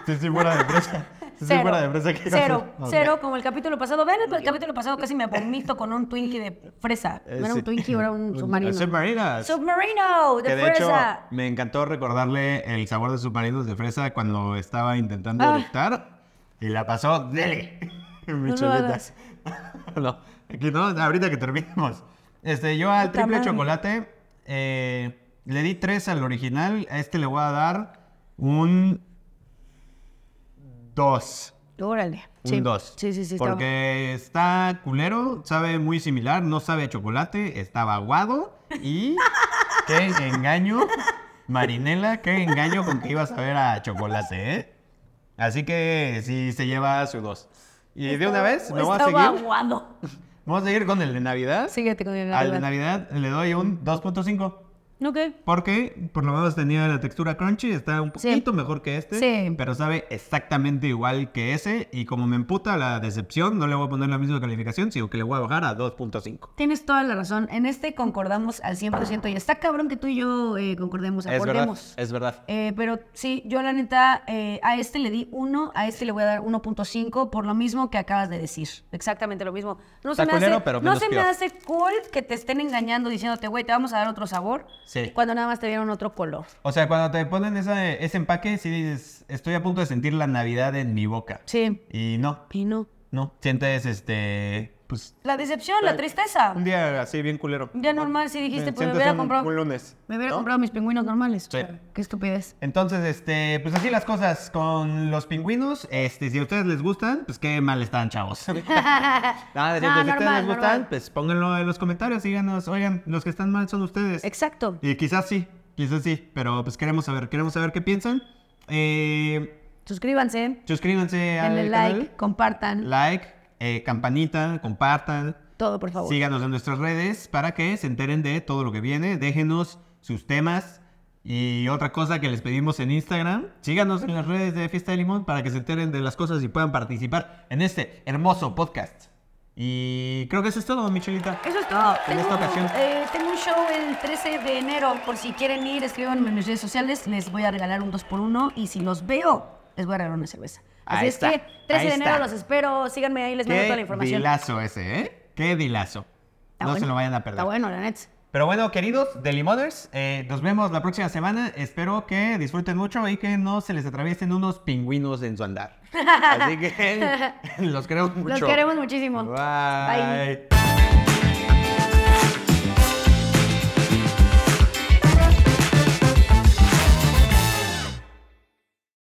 A: Sí, sí, fuera de presa. Sí, sí,
B: Cero,
A: fuera de presa, ¿qué
B: cero,
A: cosa?
B: cero, como el capítulo pasado. Ven, el capítulo pasado casi me vomito con un Twinkie de fresa. No era
D: sí.
B: un Twinkie, era un submarino.
A: El Eh, submarino.
B: Submarino de
D: Que de hecho,
B: fresa.
A: me encantó recordarle el sabor de submarinos de fresa cuando estaba intentando
B: Ah.
A: dictar y la pasó dele.
B: lo
A: Michelitas.
B: hagas.
A: no, aquí no, ahorita que terminemos. Este, yo al
B: Puta
A: triple
B: madre.
A: chocolate eh, le di tres al original. A este le voy a dar un dos.
B: Órale. Sí.
A: Un 2.
B: Sí, sí, sí. está
A: Porque está culero, sabe muy similar, no sabe a chocolate, estaba aguado y. ¡Qué engaño! Marinela, qué engaño con que ibas a ver a chocolate, ¿eh? Así que sí se lleva su 2. Y de una vez, no voy a
B: Estaba
A: seguir.
B: aguado.
A: Vamos a seguir con el de Navidad.
B: Síguete con el
A: Al de
B: aguado.
A: Navidad le doy un 2.5.
B: Ok.
A: Porque por lo menos tenía la textura crunchy, está un
B: Sí.
A: poquito mejor que este,
B: Sí.
A: pero sabe exactamente igual que ese y como me emputa la decepción, no le voy a poner la misma calificación, sino que le voy a bajar a 2.5.
B: Tienes toda la razón. En este concordamos al 100% y está cabrón que tú y yo eh, concordemos,
D: Es verdad.
B: acordemos.
D: Es verdad.
B: Eh, pero sí, yo la neta, eh, a este le di 1, a este le voy a dar 1.5 por lo mismo que acabas de decir. Exactamente lo mismo. No
D: Está
B: se me,
D: culero,
B: hace,
D: pero
B: no
D: menos
B: se me
D: peor.
B: hace cool que te estén engañando diciéndote, güey, te vamos a dar otro sabor
A: Sí.
B: cuando nada más te dieron otro color.
A: O sea, cuando te ponen esa- ese empaque, sí dices, estoy a punto de sentir la Navidad en mi boca.
B: Sí.
A: Y no,
B: Y no.
A: no, sientes este pues,
B: La decepción, la tristeza.
A: un día así bien culero.
B: Ya normal, si dijiste,
A: Te
B: pues me
A: Eh, sientes
B: hubiera
A: un-
B: comprado.
A: Un lunes.
B: Me hubiera
A: ¿no?
B: comprado mis pingüinos normales.
A: Sí.
B: Qué estupidez.
E: Entonces, este, pues así las cosas con los pingüinos. Este, si a ustedes les gustan, pues qué mal están, chavos.
A: Nada,
B: No,
A: si ustedes
B: normal,
A: les gustan,
B: normal.
A: pues pónganlo en los comentarios, díganos, oigan, los que están mal son ustedes.
B: Exacto.
A: Y quizás sí, quizás sí, pero pues queremos saber, queremos saber qué piensan. Eh,
B: Suscríbanse,
A: suscríbanse al
B: denle
A: canal,
B: like, compartan.
A: like, eh, campanita, compartan,
B: Todo, por favor.
A: síganos en nuestras redes para que se enteren de todo lo que viene, déjenos sus temas y otra cosa que les pedimos en Instagram, síganos en las redes de Fiesta de Limón para que se enteren de las cosas y puedan participar en este hermoso podcast. Y creo que eso es todo, Michelita.
B: Eso es todo.
A: En
B: tengo,
A: esta ocasión.
B: eh, tengo un show el 13 de enero. Por si quieren ir, escríbanme en mis redes sociales. Les voy a regalar un 2x1 y si los veo, les voy a regalar una cerveza. Así
A: Ahí
B: es
A: está,
B: que 13
A: ahí
B: de enero
A: está.
B: los espero. Síganme ahí, les mando toda la
A: Qué
B: información.
A: dilazo ese, ¿eh? Qué dilazo.
B: Está
A: no se
B: bueno.
A: lo vayan a perder.
B: Está bueno, la neta.
E: Pero bueno, queridos de Limoners, eh, nos vemos la próxima semana. Espero que disfruten mucho y que no se les atraviesen unos pingüinos en su andar.
A: Así que los queremos mucho.
B: Los queremos muchísimo.
A: Bye.
B: Bye.